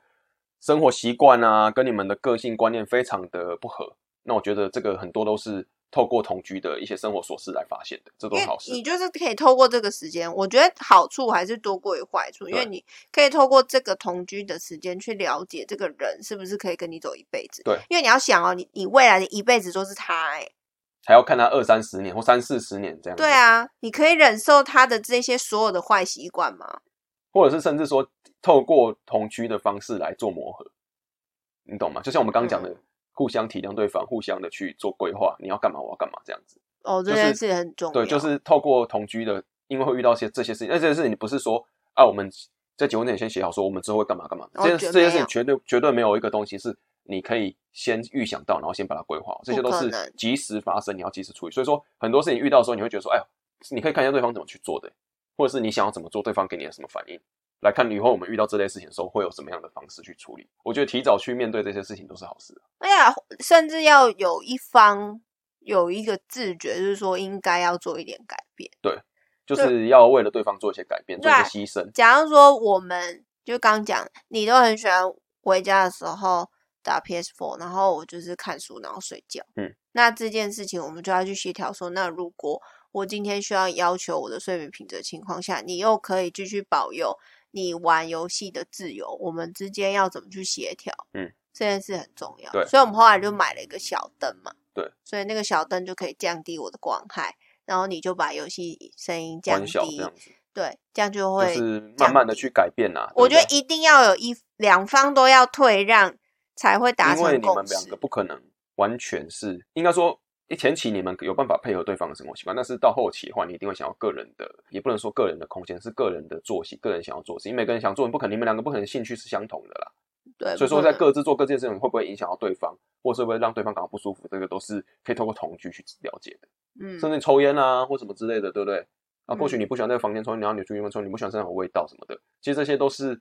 [SPEAKER 1] 生活习惯啊，跟你们的个性观念非常的不合，那我觉得这个很多都是透过同居的一些生活琐事来发现的，这都
[SPEAKER 2] 因
[SPEAKER 1] 是
[SPEAKER 2] 为
[SPEAKER 1] 好事
[SPEAKER 2] 你。就是可以透过这个时间，我觉得好处还是多过于坏处，因为
[SPEAKER 1] 对
[SPEAKER 2] 你可以透过这个同居的时间去了解这个人是不是可以跟你走一辈子。
[SPEAKER 1] 对，
[SPEAKER 2] 因为你要想哦，你你未来的一辈子都是他、欸，
[SPEAKER 1] 还要看他二三十年或三四十年这样。
[SPEAKER 2] 对，啊，你可以忍受他的这些所有的坏习惯吗？
[SPEAKER 1] 或者是甚至说透过同居的方式来做磨合，你懂吗？就像我们刚刚讲的，互相体谅对方，互相的去做规划，你要干嘛，我要干嘛这样子。
[SPEAKER 2] 哦，这
[SPEAKER 1] 就是
[SPEAKER 2] 件事很重要，
[SPEAKER 1] 对，就是透过同居的，因为会遇到些这些事情，那这些事情你不是说啊，我们在结婚前先写好说我们之后会干嘛干嘛，
[SPEAKER 2] 哦
[SPEAKER 1] 这件
[SPEAKER 2] 绝
[SPEAKER 1] 这件事
[SPEAKER 2] 没
[SPEAKER 1] 情
[SPEAKER 2] 有
[SPEAKER 1] 绝对绝对没有一个东西是你可以先预想到，然后先把它规划好，这些
[SPEAKER 2] 不
[SPEAKER 1] 都
[SPEAKER 2] 可
[SPEAKER 1] 是
[SPEAKER 2] 能
[SPEAKER 1] 及时发生，你要及时处理。所以说很多事情遇到的时候，你会觉得说，哎呦，你可以看一下对方怎么去做的，或者是你想要怎么做，对方给你的什么反应。来看以后我们遇到这类事情的时候，会有什么样的方式去处理？我觉得提早去面对这些事情都是好事。啊
[SPEAKER 2] 哎呀，甚至要有一方有一个自觉，就是说应该要做一点改变。
[SPEAKER 1] 就是要为了对方做一些改变，做一些
[SPEAKER 2] 对
[SPEAKER 1] 牺牲。
[SPEAKER 2] 假如说我们就刚讲，你都很喜欢回家的时候打 PS4，然后我就是看书，然后睡觉。
[SPEAKER 1] 嗯，
[SPEAKER 2] 那这件事情我们就要去协调说，那如果我今天需要要求我的睡眠品质的情况下，你又可以继续保佑你玩游戏的自由，我们之间要怎么去协调？
[SPEAKER 1] 嗯，
[SPEAKER 2] 这件事很重要。
[SPEAKER 1] 对嗯
[SPEAKER 2] 所以我们后来就买了一个小灯嘛。
[SPEAKER 1] 对，
[SPEAKER 2] 所以那个小灯就可以降低我的光害。然后你就把游戏声音降
[SPEAKER 1] 关
[SPEAKER 2] 低，
[SPEAKER 1] 小这样子，
[SPEAKER 2] 对，这样就
[SPEAKER 1] 就
[SPEAKER 2] 会
[SPEAKER 1] 是
[SPEAKER 2] 降
[SPEAKER 1] 慢慢的
[SPEAKER 2] 低
[SPEAKER 1] 去改变啦。
[SPEAKER 2] 我
[SPEAKER 1] 对不
[SPEAKER 2] 觉
[SPEAKER 1] 对
[SPEAKER 2] 得一定要有一两方都要退让，才会达
[SPEAKER 1] 因为
[SPEAKER 2] 成
[SPEAKER 1] 你们
[SPEAKER 2] 共
[SPEAKER 1] 两
[SPEAKER 2] 识
[SPEAKER 1] 个。不可能完全是，应该说一前期你们有办法配合对方的生活习惯，但是到后期的话，你一定会想要个人的，也不能说个人的空间，是个人的作息，个人想要做的事情。因为每个人想做的不可能，你们两个不可能兴趣是相同的啦。
[SPEAKER 2] 对，
[SPEAKER 1] 所以
[SPEAKER 2] 呃不
[SPEAKER 1] 说，
[SPEAKER 2] 可
[SPEAKER 1] 在
[SPEAKER 2] 能
[SPEAKER 1] 各自做各自的事情，会不会影响到对方，或是会不会让对方感到不舒服，这个都是可以透过同居去了解的。甚
[SPEAKER 2] 嗯，
[SPEAKER 1] 至抽烟啊或什么之类的，对不对？啊，或许你不喜欢这个房间抽烟，然后你去外面抽，你不喜欢身上有味道什么的，其实这些都是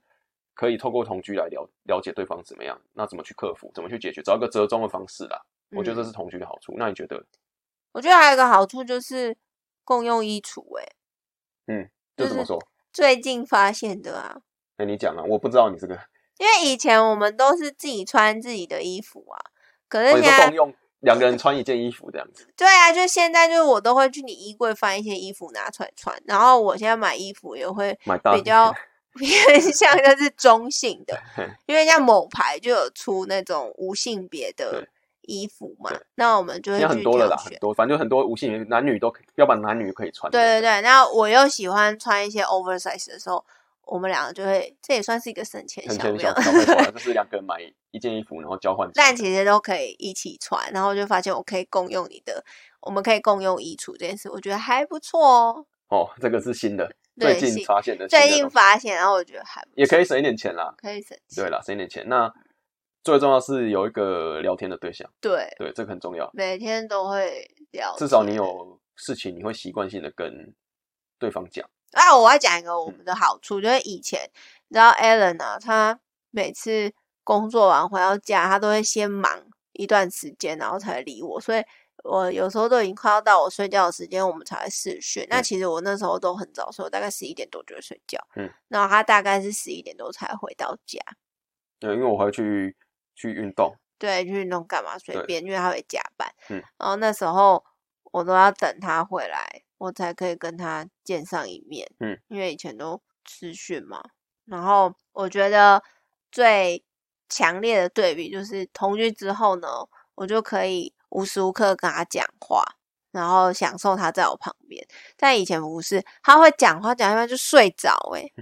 [SPEAKER 1] 可以透过同居来了了解对方怎么样，那怎么去克服，怎么去解决，找一个折中的方式啦。我觉得这
[SPEAKER 2] 嗯
[SPEAKER 1] 是同居的好处。那你觉得？
[SPEAKER 2] 我觉得还有一个好处就是共用衣橱、欸，
[SPEAKER 1] 就
[SPEAKER 2] 就是
[SPEAKER 1] 怎么说？
[SPEAKER 2] 最近发现的啊，
[SPEAKER 1] 哎、你讲啊，我不知道你这
[SPEAKER 2] [laughs]
[SPEAKER 1] 个，
[SPEAKER 2] 因为以前我们都是自己穿自己的衣服啊，可是
[SPEAKER 1] 我
[SPEAKER 2] 现
[SPEAKER 1] 哦说共
[SPEAKER 2] 在
[SPEAKER 1] 用两个人穿一件衣服这样子，
[SPEAKER 2] 对啊，就现在就是我都会去你衣柜翻一些衣服拿出来穿，然后我现在买衣服也会
[SPEAKER 1] 买大
[SPEAKER 2] 比较偏向就是中性
[SPEAKER 1] [laughs]
[SPEAKER 2] 的，因为像某牌就有出那种无性别的
[SPEAKER 1] 对
[SPEAKER 2] 衣服嘛，那我们就会
[SPEAKER 1] 现在很
[SPEAKER 2] 去
[SPEAKER 1] 多了
[SPEAKER 2] 挑
[SPEAKER 1] 啦，
[SPEAKER 2] 选
[SPEAKER 1] 很。多，反正就很多无性别，男女都可以，要不然男女可以穿。
[SPEAKER 2] 嗯对对对，那我又喜欢穿一些 oversize 的时候，我们两个就会，这也算是一个省钱
[SPEAKER 1] 很
[SPEAKER 2] 小
[SPEAKER 1] 很
[SPEAKER 2] 妙
[SPEAKER 1] 小，小 [laughs] 会
[SPEAKER 2] [laughs]
[SPEAKER 1] 花，就是两个人买一件衣服，然后交换。
[SPEAKER 2] 但其实都可以一起穿，然后就发现我可以共用你的，我们可以共用衣橱这件事，我觉得还不错哦。
[SPEAKER 1] 哦，这个是新的，
[SPEAKER 2] 对
[SPEAKER 1] 最近
[SPEAKER 2] 新
[SPEAKER 1] 发现的新的
[SPEAKER 2] 最
[SPEAKER 1] 东西，
[SPEAKER 2] 近发现，然后我觉得还不
[SPEAKER 1] 也可以
[SPEAKER 2] 错
[SPEAKER 1] 省一点钱啦。
[SPEAKER 2] 可以省钱
[SPEAKER 1] 对啦，省一点钱。那最重要是有一个聊天的对象，
[SPEAKER 2] 对，
[SPEAKER 1] 对，这个很重要。
[SPEAKER 2] 每天都会聊天，
[SPEAKER 1] 至少你有事情，你会习惯性的跟对方讲。
[SPEAKER 2] 啊，我要讲一
[SPEAKER 1] 嗯
[SPEAKER 2] 个我们的好处，就是以前你知道 Alan 啊，他每次工作完回到家，他都会先忙一段时间，然后才会理我，所以我有时候都已经快要到我睡觉的时间，我们才会视讯。那
[SPEAKER 1] 嗯
[SPEAKER 2] 其实我那时候都很早睡，我大概十一点多就会睡觉，
[SPEAKER 1] 嗯，
[SPEAKER 2] 然后他大概是十一点多才回到家，
[SPEAKER 1] 对，因为我还会去去运动，
[SPEAKER 2] 对，去运动干嘛随
[SPEAKER 1] 对
[SPEAKER 2] 便，因为他会加班，
[SPEAKER 1] 嗯，
[SPEAKER 2] 然后那时候我都要等他回来，我才可以跟他见上一面，
[SPEAKER 1] 嗯，
[SPEAKER 2] 因为以前都私讯嘛，然后我觉得最强烈的对比就是同居之后呢，我就可以无时无刻跟他讲话，然后享受他在我旁边，但以前不是，他会讲话讲一半就睡着、欸，诶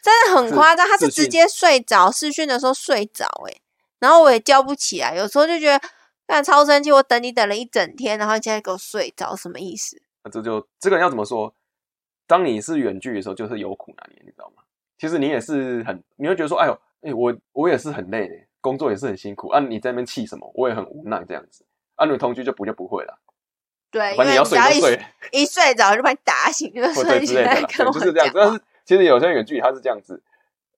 [SPEAKER 2] 真的很
[SPEAKER 1] 自
[SPEAKER 2] 夸张，他是
[SPEAKER 1] 自
[SPEAKER 2] 直
[SPEAKER 1] 信
[SPEAKER 2] 接睡着，视讯的时候睡着、欸，诶然后我也叫不起来，有时候就觉得干超生气，我等你等了一整天，然后你现在给我睡着，什么意思？
[SPEAKER 1] 那这就这个人要怎么说？当你是远距的时候，就是有苦难言，你知道吗？其实你也是很，你会觉得说，哎呦，哎、我我也是很累的，工作也是很辛苦啊，你在那边气什么？我也很无奈这样子。啊，你们同居就不就不会了，
[SPEAKER 2] 对，因
[SPEAKER 1] 反正
[SPEAKER 2] 为
[SPEAKER 1] 你要
[SPEAKER 2] 只
[SPEAKER 1] 睡
[SPEAKER 2] 要
[SPEAKER 1] 就
[SPEAKER 2] 一
[SPEAKER 1] 睡。
[SPEAKER 2] 一睡着就把你打醒， [laughs] 就
[SPEAKER 1] 或
[SPEAKER 2] 说
[SPEAKER 1] 者
[SPEAKER 2] 你
[SPEAKER 1] 之类的
[SPEAKER 2] 在
[SPEAKER 1] 啦，
[SPEAKER 2] 跟
[SPEAKER 1] 哦对，
[SPEAKER 2] 我
[SPEAKER 1] 就是这样子。
[SPEAKER 2] 讲
[SPEAKER 1] 但
[SPEAKER 2] 话。
[SPEAKER 1] 是其实有些远距离他是这样子，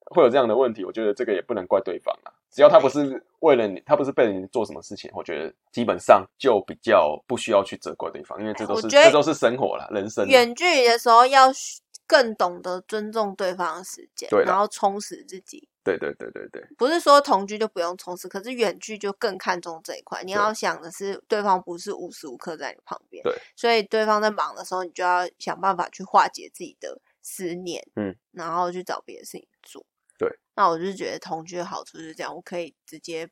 [SPEAKER 1] 会有这样的问题，我觉得这个也不能怪对方啦。只要他不是为了你，他不是被你做什么事情，我觉得基本上就比较不需要去责怪对方，因为这都
[SPEAKER 2] 我
[SPEAKER 1] 是
[SPEAKER 2] 觉得
[SPEAKER 1] 这都是生活啦，人生啊啦。
[SPEAKER 2] 远距离的时候要学更懂得尊重对方的时间
[SPEAKER 1] 对，啦
[SPEAKER 2] 然后充实自己。
[SPEAKER 1] 对对对对对，
[SPEAKER 2] 不是说同居就不用充实，可是远距就更看重这一块。你要想的是，对方不是无时无刻在你旁边，
[SPEAKER 1] 对，
[SPEAKER 2] 所以对方在忙的时候，你就要想办法去化解自己的思念，
[SPEAKER 1] 嗯，
[SPEAKER 2] 然后去找别的事情做。
[SPEAKER 1] 对，
[SPEAKER 2] 那我就觉得同居的好处就是这样，我可以直接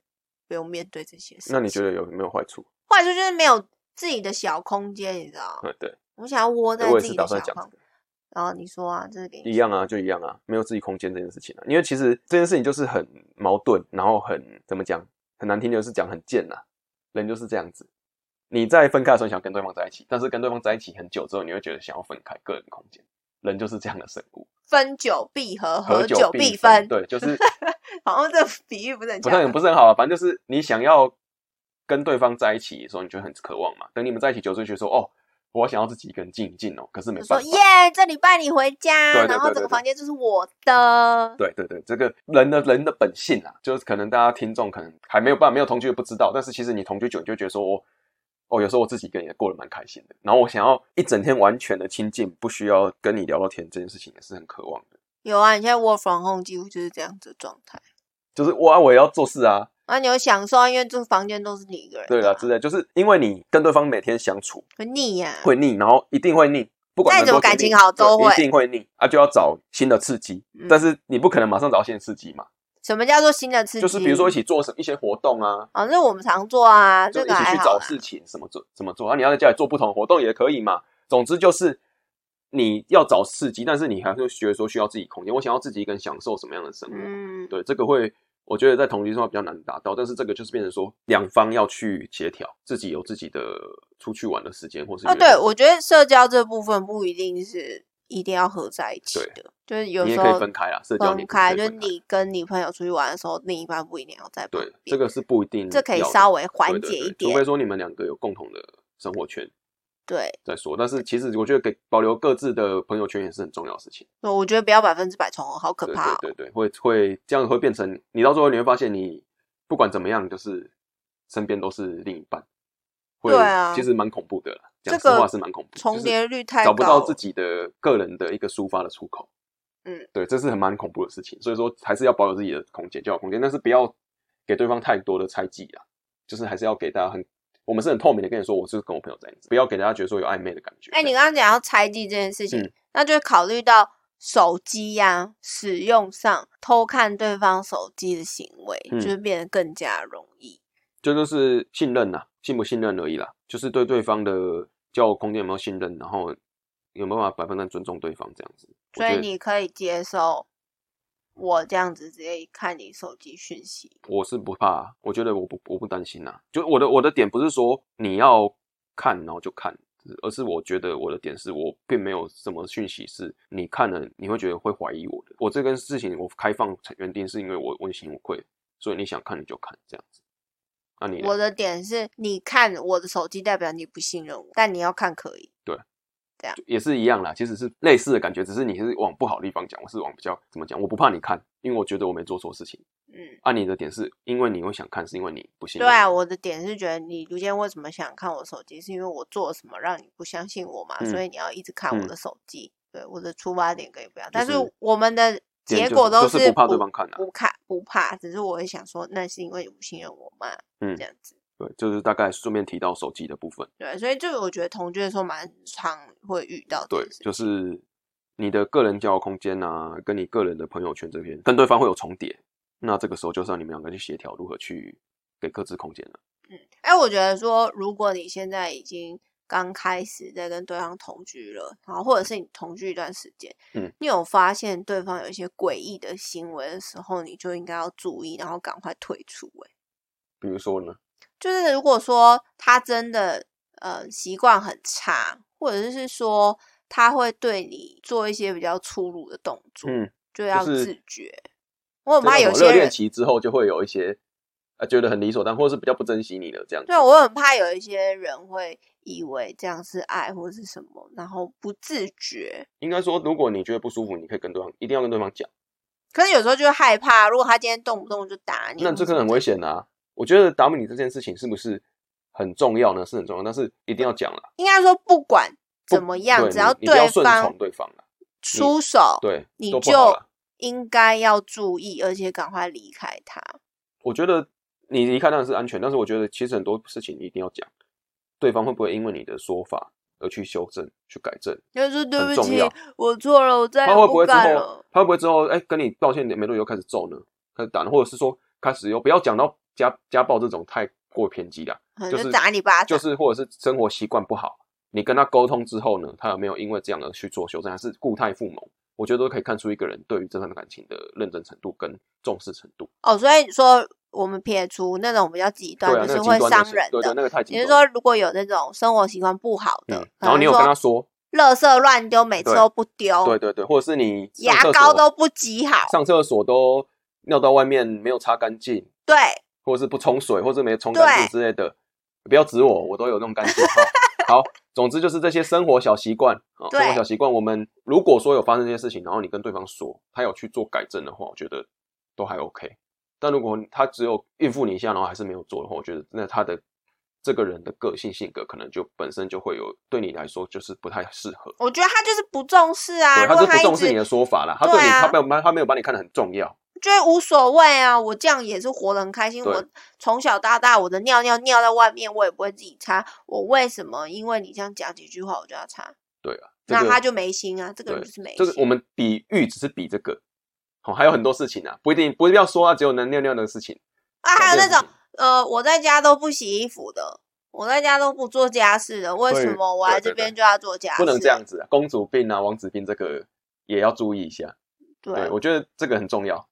[SPEAKER 2] 不用面对这些事情。
[SPEAKER 1] 那你觉
[SPEAKER 2] 得
[SPEAKER 1] 得有没有坏处？
[SPEAKER 2] 坏处就是没有自己的小空间，你知道吗？
[SPEAKER 1] 嗯，对，
[SPEAKER 2] 我想要窝在
[SPEAKER 1] 我
[SPEAKER 2] 自
[SPEAKER 1] 也是
[SPEAKER 2] 己
[SPEAKER 1] 打
[SPEAKER 2] 的
[SPEAKER 1] 算
[SPEAKER 2] 小
[SPEAKER 1] 讲
[SPEAKER 2] 空
[SPEAKER 1] 这个。
[SPEAKER 2] 然后你说啊，这是给你
[SPEAKER 1] 一样啊，就一样啊，没有自己空间这件事情啊，因为其实这件事情就是很矛盾，然后很怎么讲，很难听就是讲很贱呐、人就是这样子。你在分开的时候想跟对方在一起，但是跟对方在一起很久之后，你会觉得想要分开，个人空间，人就是这样的生物，
[SPEAKER 2] 分久必合，合
[SPEAKER 1] 久
[SPEAKER 2] 必
[SPEAKER 1] 分，
[SPEAKER 2] 分。，
[SPEAKER 1] 对，
[SPEAKER 2] [laughs]
[SPEAKER 1] 就是
[SPEAKER 2] 好像这个比喻不是很
[SPEAKER 1] 不
[SPEAKER 2] 恰
[SPEAKER 1] 是
[SPEAKER 2] 当
[SPEAKER 1] 很不是很好啊，反正就是你想要跟对方在一起的时候，你就很渴望嘛。等你们在一起久之后，就觉得说哦，我想要自己一个人静一静哦，可是没
[SPEAKER 2] 就
[SPEAKER 1] 办
[SPEAKER 2] 说
[SPEAKER 1] 法，
[SPEAKER 2] 耶，这礼拜你回家，
[SPEAKER 1] 对对
[SPEAKER 2] 然后
[SPEAKER 1] 对
[SPEAKER 2] 整个
[SPEAKER 1] 对
[SPEAKER 2] 房间就是我 [laughs] 的。
[SPEAKER 1] 对对对，这个人的人的本性啊，就是可能大家听众可能还没有办法没有同居就不知道，但是其实你同居久，你就觉得说我哦，有时候我自己一个人也过得蛮开心的，然后我想要一整天完全的亲近，不需要跟你聊到天这件事情也是很渴望的，
[SPEAKER 2] 有啊，你现在 work from home 几乎就是这样子的状态，
[SPEAKER 1] 就是哇，我也要做事啊，
[SPEAKER 2] 然后你会享受啊，因为这个房间都是你一个人
[SPEAKER 1] 对
[SPEAKER 2] 的
[SPEAKER 1] 啦
[SPEAKER 2] 啊，
[SPEAKER 1] 之类，就是因为你跟对方每天相处
[SPEAKER 2] 会腻呀、
[SPEAKER 1] 会腻，然后一定会腻。不管
[SPEAKER 2] 再
[SPEAKER 1] 能
[SPEAKER 2] 怎么
[SPEAKER 1] 多久
[SPEAKER 2] 感
[SPEAKER 1] 腻
[SPEAKER 2] 情好
[SPEAKER 1] 对
[SPEAKER 2] 都会
[SPEAKER 1] 一定会腻啊，就要找新的刺激。
[SPEAKER 2] 嗯
[SPEAKER 1] 但是你不可能马上找新的刺激嘛，
[SPEAKER 2] 什么叫做新的刺激？
[SPEAKER 1] 就是比如说一，起做什一些活动啊，
[SPEAKER 2] 哦，这我们常做啊，
[SPEAKER 1] 就
[SPEAKER 2] 这
[SPEAKER 1] 一
[SPEAKER 2] 个
[SPEAKER 1] 起
[SPEAKER 2] 还
[SPEAKER 1] 去
[SPEAKER 2] 好
[SPEAKER 1] 找
[SPEAKER 2] 啦。
[SPEAKER 1] 事情，怎么做怎么做啊？你要在家里做不同的活动也可以嘛。总之就是你要找刺激，但是你还是觉得说需要自己空间。我想要自己一个人享受什么样的生活？
[SPEAKER 2] 嗯，
[SPEAKER 1] 对，这个会我觉得在同居生活比较难达到，但是这个就是变成说两方要去协调，自己有自己的出去玩的时间，或是约
[SPEAKER 2] 哦，
[SPEAKER 1] 会
[SPEAKER 2] 对，我觉得社交这部分不一定是一定要合在一起
[SPEAKER 1] 对
[SPEAKER 2] 的，就是有
[SPEAKER 1] 你也
[SPEAKER 2] 时
[SPEAKER 1] 可
[SPEAKER 2] 候
[SPEAKER 1] 以分开啦，社交你
[SPEAKER 2] 分
[SPEAKER 1] 也可以
[SPEAKER 2] 开，
[SPEAKER 1] 分
[SPEAKER 2] 就是
[SPEAKER 1] 开
[SPEAKER 2] 你跟你朋友出去玩的时候，另一半不一定要在旁
[SPEAKER 1] 对这
[SPEAKER 2] 边。
[SPEAKER 1] 个是不一定要的，
[SPEAKER 2] 这可以稍微
[SPEAKER 1] 对
[SPEAKER 2] 缓
[SPEAKER 1] 对
[SPEAKER 2] 解
[SPEAKER 1] 对
[SPEAKER 2] 一
[SPEAKER 1] 除非
[SPEAKER 2] 点。
[SPEAKER 1] 说你们两个有共同的生活圈，
[SPEAKER 2] 对，
[SPEAKER 1] 再说。但是其实我觉得给保留各自的朋友圈也是很重要的事情。
[SPEAKER 2] 所以我觉得不要百分之百重合，好可
[SPEAKER 1] 对
[SPEAKER 2] 怕、哦。
[SPEAKER 1] 对对对，会会这样会变成你到最后你会发现，你不管怎么样，就是身边都是另一半，会
[SPEAKER 2] 对啊
[SPEAKER 1] 其实蛮恐怖的啦。
[SPEAKER 2] 这
[SPEAKER 1] 讲实
[SPEAKER 2] 个
[SPEAKER 1] 话是蛮恐怖的，
[SPEAKER 2] 重叠率太
[SPEAKER 1] 就是
[SPEAKER 2] 高
[SPEAKER 1] 找
[SPEAKER 2] 了，
[SPEAKER 1] 不到自己的个人的一个抒发的出口。
[SPEAKER 2] 嗯，
[SPEAKER 1] 对，这是很蛮恐怖的事情。所以说还是要保有自己的空间，交友空间，但是不要给对方太多的猜忌啦。就是还是要给大家很，我们是很透明的跟你说，我是跟我朋友在一起，不要给大家觉得说有暧昧的感觉。
[SPEAKER 2] 哎、你刚刚讲要猜忌这件事情，
[SPEAKER 1] 嗯
[SPEAKER 2] 那就考虑到手机呀、使用上偷看对方手机的行为，
[SPEAKER 1] 嗯
[SPEAKER 2] 就是变得更加容易。
[SPEAKER 1] 这就是信任啦，信不信任而已啦，就是对对方的交友空间有没有信任，然后有没有办法百分之百尊重对方这样子。我
[SPEAKER 2] 所
[SPEAKER 1] 觉
[SPEAKER 2] 以
[SPEAKER 1] 得
[SPEAKER 2] 你可以接受我这样子直接看你手机讯息，
[SPEAKER 1] 我是不怕，啊我觉得我不我不担心啦。就我的我的点不是说你要看然后就看，而是我觉得我的点是我并没有什么讯息是你看了你会觉得会怀疑我的。我这件事情我开放原定是因为我问心无愧，所以你想看你就看这样子。那你呢
[SPEAKER 2] 我的点是你看我的手机代表你不信任我，但你要看可以。
[SPEAKER 1] 也是一样啦，其实是类似的感觉，只是你是往不好的地方讲，我是往比较怎么讲，我不怕你看，因为我觉得我没做错事情。啊
[SPEAKER 2] 嗯，
[SPEAKER 1] 按、你的点是因为你会想看，是因为你不信
[SPEAKER 2] 对
[SPEAKER 1] 任。
[SPEAKER 2] 啊，我的点是觉得你今天为什么想看我手机，是因为我做了什么让你不相信我嘛，
[SPEAKER 1] 嗯
[SPEAKER 2] 所以你要一直看我的手机。对，我的出发点跟你不一样，但
[SPEAKER 1] 就是是
[SPEAKER 2] 我们的
[SPEAKER 1] 点
[SPEAKER 2] 结
[SPEAKER 1] 就是
[SPEAKER 2] 果都
[SPEAKER 1] 就是不怕对方看啊
[SPEAKER 2] 不看不怕，只是我会想说，那是因为你不信任我嘛，
[SPEAKER 1] 嗯
[SPEAKER 2] 这样子。
[SPEAKER 1] 对，就是大概顺便提到手机的部分。
[SPEAKER 2] 对，所以就我觉得同居的时候蛮常会遇到这
[SPEAKER 1] 嗯对
[SPEAKER 2] 件，事
[SPEAKER 1] 就
[SPEAKER 2] 情
[SPEAKER 1] 是你的个人交友空间啊，跟你个人的朋友圈这边跟对方会有重叠，那这个时候就是要你们两个去协调如何去给各自空间了、
[SPEAKER 2] 哎，我觉得说，如果你现在已经刚开始在跟对方同居了，然后或者是你同居一段时间，
[SPEAKER 1] 嗯，
[SPEAKER 2] 你有发现对方有一些诡异的行为的时候，你就应该要注意，然后赶快退出、欸。
[SPEAKER 1] 比如说呢，
[SPEAKER 2] 就是如果说他真的呃习惯很差，或者是说他会对你做一些比较粗鲁的动作，
[SPEAKER 1] 嗯，
[SPEAKER 2] 就要
[SPEAKER 1] 是
[SPEAKER 2] 自觉。我很
[SPEAKER 1] 这
[SPEAKER 2] 怕
[SPEAKER 1] 叫什
[SPEAKER 2] 有
[SPEAKER 1] 么
[SPEAKER 2] 些
[SPEAKER 1] 热恋
[SPEAKER 2] 人，
[SPEAKER 1] 期之后就会有一些呃觉得很理所当然，或是比较不珍惜你的这样子
[SPEAKER 2] 对，。啊我很怕有一些人会以为这样是爱或是什么，然后不自觉。
[SPEAKER 1] 应该说，如果你觉得不舒服，你可以跟对方一定要跟对方讲。
[SPEAKER 2] 可是有时候就会害怕，如果他今天动不动就打你，
[SPEAKER 1] 那这个很危。险啊！我觉得打你这件事情是不是很重要呢？是很重要，但是一定要讲了。
[SPEAKER 2] 应该说不管
[SPEAKER 1] 不
[SPEAKER 2] 怎么样，
[SPEAKER 1] 对
[SPEAKER 2] 只要
[SPEAKER 1] 你你不要顺
[SPEAKER 2] 方
[SPEAKER 1] 从对方了，
[SPEAKER 2] 出手，
[SPEAKER 1] 对，
[SPEAKER 2] 你
[SPEAKER 1] 都不好啊
[SPEAKER 2] 就
[SPEAKER 1] 啦
[SPEAKER 2] 应该要注意，而且赶快离开他。
[SPEAKER 1] 我觉得你离开当然是安全，但是我觉得其实很多事情你一定要讲，对方会不会因为你的说法而去修正、去改正？
[SPEAKER 2] 就是对
[SPEAKER 1] 很
[SPEAKER 2] 不
[SPEAKER 1] 重
[SPEAKER 2] 起
[SPEAKER 1] 要，
[SPEAKER 2] 我错了，我再也
[SPEAKER 1] 他会不会之
[SPEAKER 2] 敢
[SPEAKER 1] 后
[SPEAKER 2] 了。，
[SPEAKER 1] 他会不会之后，哎、跟你道歉没多久又开始揍呢，开始打呢，或者是说开始又不要讲到家家暴这种太过偏激了，
[SPEAKER 2] 可能
[SPEAKER 1] 就是
[SPEAKER 2] 打你 [laughs] 巴掌，
[SPEAKER 1] 就是或者是生活习惯不好，你跟他沟通之后呢，他有没有因为这样而去做修正，还是固态附萌？我觉得都可以看出一个人对于这段感情的认真程度跟重视程度。
[SPEAKER 2] 哦。所以你说我们撇除那种比较极
[SPEAKER 1] 对
[SPEAKER 2] 端，
[SPEAKER 1] 啊，
[SPEAKER 2] 就
[SPEAKER 1] 那个
[SPEAKER 2] 是
[SPEAKER 1] 极
[SPEAKER 2] 会
[SPEAKER 1] 端
[SPEAKER 2] 伤
[SPEAKER 1] 就是
[SPEAKER 2] 人
[SPEAKER 1] 对对，
[SPEAKER 2] 的。
[SPEAKER 1] 那个太极
[SPEAKER 2] 你
[SPEAKER 1] 端
[SPEAKER 2] 是
[SPEAKER 1] 了。
[SPEAKER 2] 说，如果有那种生活习惯不好的，
[SPEAKER 1] 嗯，然后你有跟他，说，
[SPEAKER 2] 垃圾乱丢，每次
[SPEAKER 1] 对
[SPEAKER 2] 都不丢，
[SPEAKER 1] 对对对，或者是你上
[SPEAKER 2] 哦牙
[SPEAKER 1] 厕
[SPEAKER 2] 膏
[SPEAKER 1] 所
[SPEAKER 2] 都不挤好，
[SPEAKER 1] 上厕所都尿到外面没有擦干净，
[SPEAKER 2] 对，
[SPEAKER 1] 或者是不冲水，或者是没冲干净之类的，不要指我，我都有那种干净。哈好，总之就是这些生活小习惯啊，哦
[SPEAKER 2] 对
[SPEAKER 1] 生活小习惯，我们如果说有发生这些事情，然后你跟对方说，他有去做改正的话，我觉得都还 OK。但如果他只有应付你一下，然后还是没有做的话，我觉得那他的这个人的个性性格可能就本身就会有对你来说就是不太适合。
[SPEAKER 2] 我觉得他就是不重视
[SPEAKER 1] 对，
[SPEAKER 2] 啊。如
[SPEAKER 1] 他是
[SPEAKER 2] 果
[SPEAKER 1] 不
[SPEAKER 2] 一
[SPEAKER 1] 重视
[SPEAKER 2] 直
[SPEAKER 1] 你的说法啦，他
[SPEAKER 2] 对
[SPEAKER 1] 对你，
[SPEAKER 2] 啊
[SPEAKER 1] 他没有把，他没有把你看得很重要。
[SPEAKER 2] 觉得无所谓啊，我这样也是活得很开心。
[SPEAKER 1] 对
[SPEAKER 2] 我从小到大，我的尿尿尿在外面，我也不会自己擦。我为什么因为你这样讲几句话，我就要擦？
[SPEAKER 1] 这个
[SPEAKER 2] 那他就没心啊，这个人
[SPEAKER 1] 对
[SPEAKER 2] 就是没心。
[SPEAKER 1] 就是我们比喻只是比这个，好、还有很多事情啊，不一定不一定要说啊，只有能尿尿的事情。哦
[SPEAKER 2] 啊，还有
[SPEAKER 1] 这
[SPEAKER 2] 那
[SPEAKER 1] 个事
[SPEAKER 2] 种
[SPEAKER 1] 情
[SPEAKER 2] 呃，我在家都不洗衣服的，我在家都不做家事的，为
[SPEAKER 1] 对
[SPEAKER 2] 什么我
[SPEAKER 1] 对
[SPEAKER 2] 来
[SPEAKER 1] 对
[SPEAKER 2] 这边
[SPEAKER 1] 对
[SPEAKER 2] 就要做家事？
[SPEAKER 1] 不能这样。子、啊，公主病啊、王子病这个也要注意一下。对，
[SPEAKER 2] 对，
[SPEAKER 1] 我觉得这个很重要，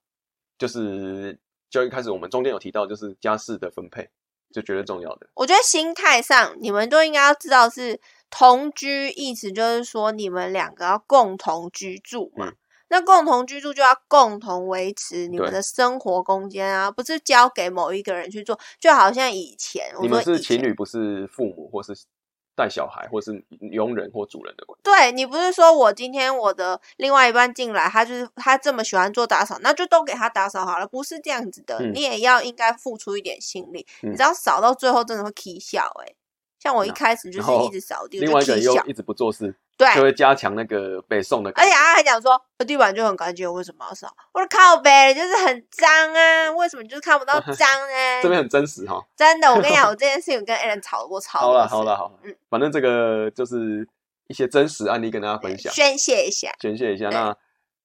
[SPEAKER 1] 就是就一开始我们中间有提到，就是家事的分配，就绝对重要的。
[SPEAKER 2] 我觉得心态上，你们都应该要知道是同居，意思就是说你们两个要共同居住嘛。
[SPEAKER 1] 嗯
[SPEAKER 2] 那共同居住就要共同维持你们
[SPEAKER 1] 对
[SPEAKER 2] 的生活空间啊，不是交给某一个人去做。就好像以前，我
[SPEAKER 1] 你们
[SPEAKER 2] 说
[SPEAKER 1] 是
[SPEAKER 2] 以前
[SPEAKER 1] 情侣，不是父母或是带小孩或是佣人或主人的关系。
[SPEAKER 2] 对你不是说我今天我的另外一半进来，他就是他这么喜欢做打扫，那就都给他打扫好了，不是这样子的，
[SPEAKER 1] 嗯
[SPEAKER 2] 你也要应该付出一点心力。
[SPEAKER 1] 嗯
[SPEAKER 2] 你知道扫到最后真的会起笑哎、像我一
[SPEAKER 1] 那
[SPEAKER 2] 开始就
[SPEAKER 1] 然
[SPEAKER 2] 是
[SPEAKER 1] 后
[SPEAKER 2] 一直扫地，
[SPEAKER 1] 另外
[SPEAKER 2] 我
[SPEAKER 1] 一个
[SPEAKER 2] 就
[SPEAKER 1] 人
[SPEAKER 2] 起
[SPEAKER 1] 又
[SPEAKER 2] 笑，
[SPEAKER 1] 一直不做事，
[SPEAKER 2] 对，
[SPEAKER 1] 就会加强那个北宋的
[SPEAKER 2] 而
[SPEAKER 1] 感
[SPEAKER 2] 且
[SPEAKER 1] 觉。
[SPEAKER 2] 他还讲说地板就很干净，为什么要扫？我说靠呗，就是很脏啊，为什么你就是看不到脏呢？
[SPEAKER 1] [laughs] 这边很真实哈、
[SPEAKER 2] 真的，我跟你讲，我这件事情跟 a l a n 吵过超
[SPEAKER 1] 好
[SPEAKER 2] 多
[SPEAKER 1] 了
[SPEAKER 2] 次
[SPEAKER 1] 好了好了
[SPEAKER 2] 嗯，
[SPEAKER 1] 反正这个就是一些真实案例跟大家
[SPEAKER 2] 对
[SPEAKER 1] 分享，
[SPEAKER 2] 宣泄一下。
[SPEAKER 1] 宣泄一下。
[SPEAKER 2] 对
[SPEAKER 1] 那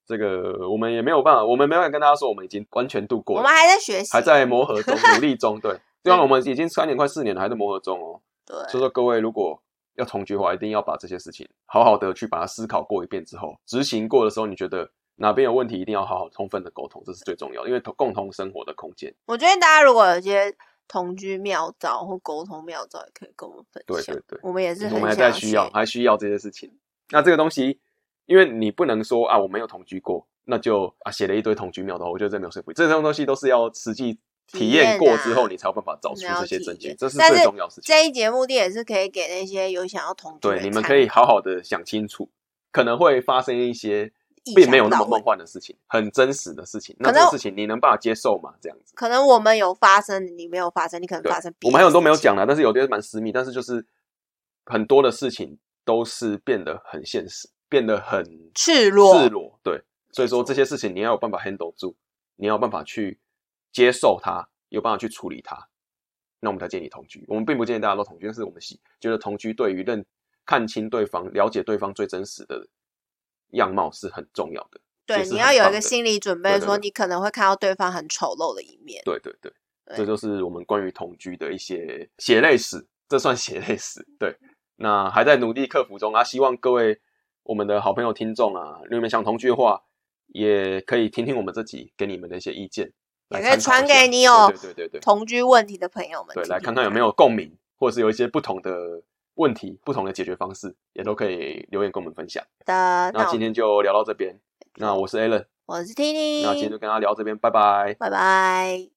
[SPEAKER 1] 这个我们也没有办法，我们没办法跟大家说我们已经完全度过
[SPEAKER 2] 我
[SPEAKER 1] 了，
[SPEAKER 2] 们还在学习，
[SPEAKER 1] 还在磨合中，努力中。
[SPEAKER 2] [laughs]
[SPEAKER 1] 对，因为我们已经三年快四年了，还在磨合中哦。所以
[SPEAKER 2] 对
[SPEAKER 1] 说各位如果要同居的话，一定要把这些事情好好的去把它思考过一遍之后，执行过的时候，你觉得哪边有问题，一定要好好充分的沟通，这是最重要的，因为共同生活的空间。
[SPEAKER 2] 我觉得大家如果有一些同居妙招或沟通妙招，也可以跟我们分
[SPEAKER 1] 对
[SPEAKER 2] 享。
[SPEAKER 1] 对对。
[SPEAKER 2] 我们也是
[SPEAKER 1] 我
[SPEAKER 2] 很
[SPEAKER 1] 们还
[SPEAKER 2] 想
[SPEAKER 1] 在需要，
[SPEAKER 2] 学
[SPEAKER 1] 还需要这些事情。那这个东西，因为你不能说啊，我没有同居过，那就啊写了一堆同居妙的话，我觉得这没有说服力。这种东西都是要实际体验过之后，
[SPEAKER 2] 体验啊
[SPEAKER 1] 你才有办法找出这些证据，这是
[SPEAKER 2] 但
[SPEAKER 1] 最
[SPEAKER 2] 是
[SPEAKER 1] 重要的事情。
[SPEAKER 2] 这一节目的也是可以给那些有想要同居的
[SPEAKER 1] 对，
[SPEAKER 2] 人
[SPEAKER 1] 你们
[SPEAKER 2] 参
[SPEAKER 1] 可以好好的想清楚，可能会发生一些
[SPEAKER 2] 意
[SPEAKER 1] 并
[SPEAKER 2] 想
[SPEAKER 1] 没有那么
[SPEAKER 2] 不到
[SPEAKER 1] 梦幻的事情，很真实的事情。那
[SPEAKER 2] 可
[SPEAKER 1] 这
[SPEAKER 2] 能
[SPEAKER 1] 个事情你能办法接受吗？这样子。
[SPEAKER 2] 可能我们有发生，你没有发生，你可能
[SPEAKER 1] 对
[SPEAKER 2] 发生。
[SPEAKER 1] 我们还有很多没有，讲的，但是有的蛮私密，但是就是很多的事情都是变得很现实，变得很
[SPEAKER 2] 赤裸
[SPEAKER 1] 赤裸。对，所以说这些事情你要有办法 handle 住，你要有办法去接受它，有办法去处理它，那我们才建议同居。我们并不建议大家都同居，但是我们喜觉得同居对于认看清对方、了解对方最真实的样貌是很重要的。
[SPEAKER 2] 对，
[SPEAKER 1] 也是
[SPEAKER 2] 你
[SPEAKER 1] 很
[SPEAKER 2] 要有一
[SPEAKER 1] 棒
[SPEAKER 2] 个
[SPEAKER 1] 的
[SPEAKER 2] 心理准
[SPEAKER 1] 对
[SPEAKER 2] 备，
[SPEAKER 1] 对
[SPEAKER 2] 说
[SPEAKER 1] 对
[SPEAKER 2] 你可能会看到对方很丑陋的一面。
[SPEAKER 1] 对对对，
[SPEAKER 2] 对
[SPEAKER 1] 这就是我们关于同居的一些血泪史，这算血泪史。对，
[SPEAKER 2] 嗯
[SPEAKER 1] 那还在努力克服中啊，希望各位我们的好朋友听众啊，如果你们想同居的话，也可以听听我们这集给你们的一些意见，
[SPEAKER 2] 也
[SPEAKER 1] 来
[SPEAKER 2] 可以
[SPEAKER 1] 参考
[SPEAKER 2] 传
[SPEAKER 1] 一下
[SPEAKER 2] 给你有
[SPEAKER 1] 对对对对对
[SPEAKER 2] 同居问题的朋友们，
[SPEAKER 1] 对，
[SPEAKER 2] 听
[SPEAKER 1] 来
[SPEAKER 2] 听
[SPEAKER 1] 看看有没有共鸣，或者是有一些不同的问题、不同的解决方式，也都可以留言跟我们分享。
[SPEAKER 2] 的。哦
[SPEAKER 1] 那
[SPEAKER 2] 我
[SPEAKER 1] 今天就聊到这边，那我是 Alan，
[SPEAKER 2] 我是 Tini，
[SPEAKER 1] 那今天就跟大家聊到这边，拜拜。
[SPEAKER 2] 拜拜。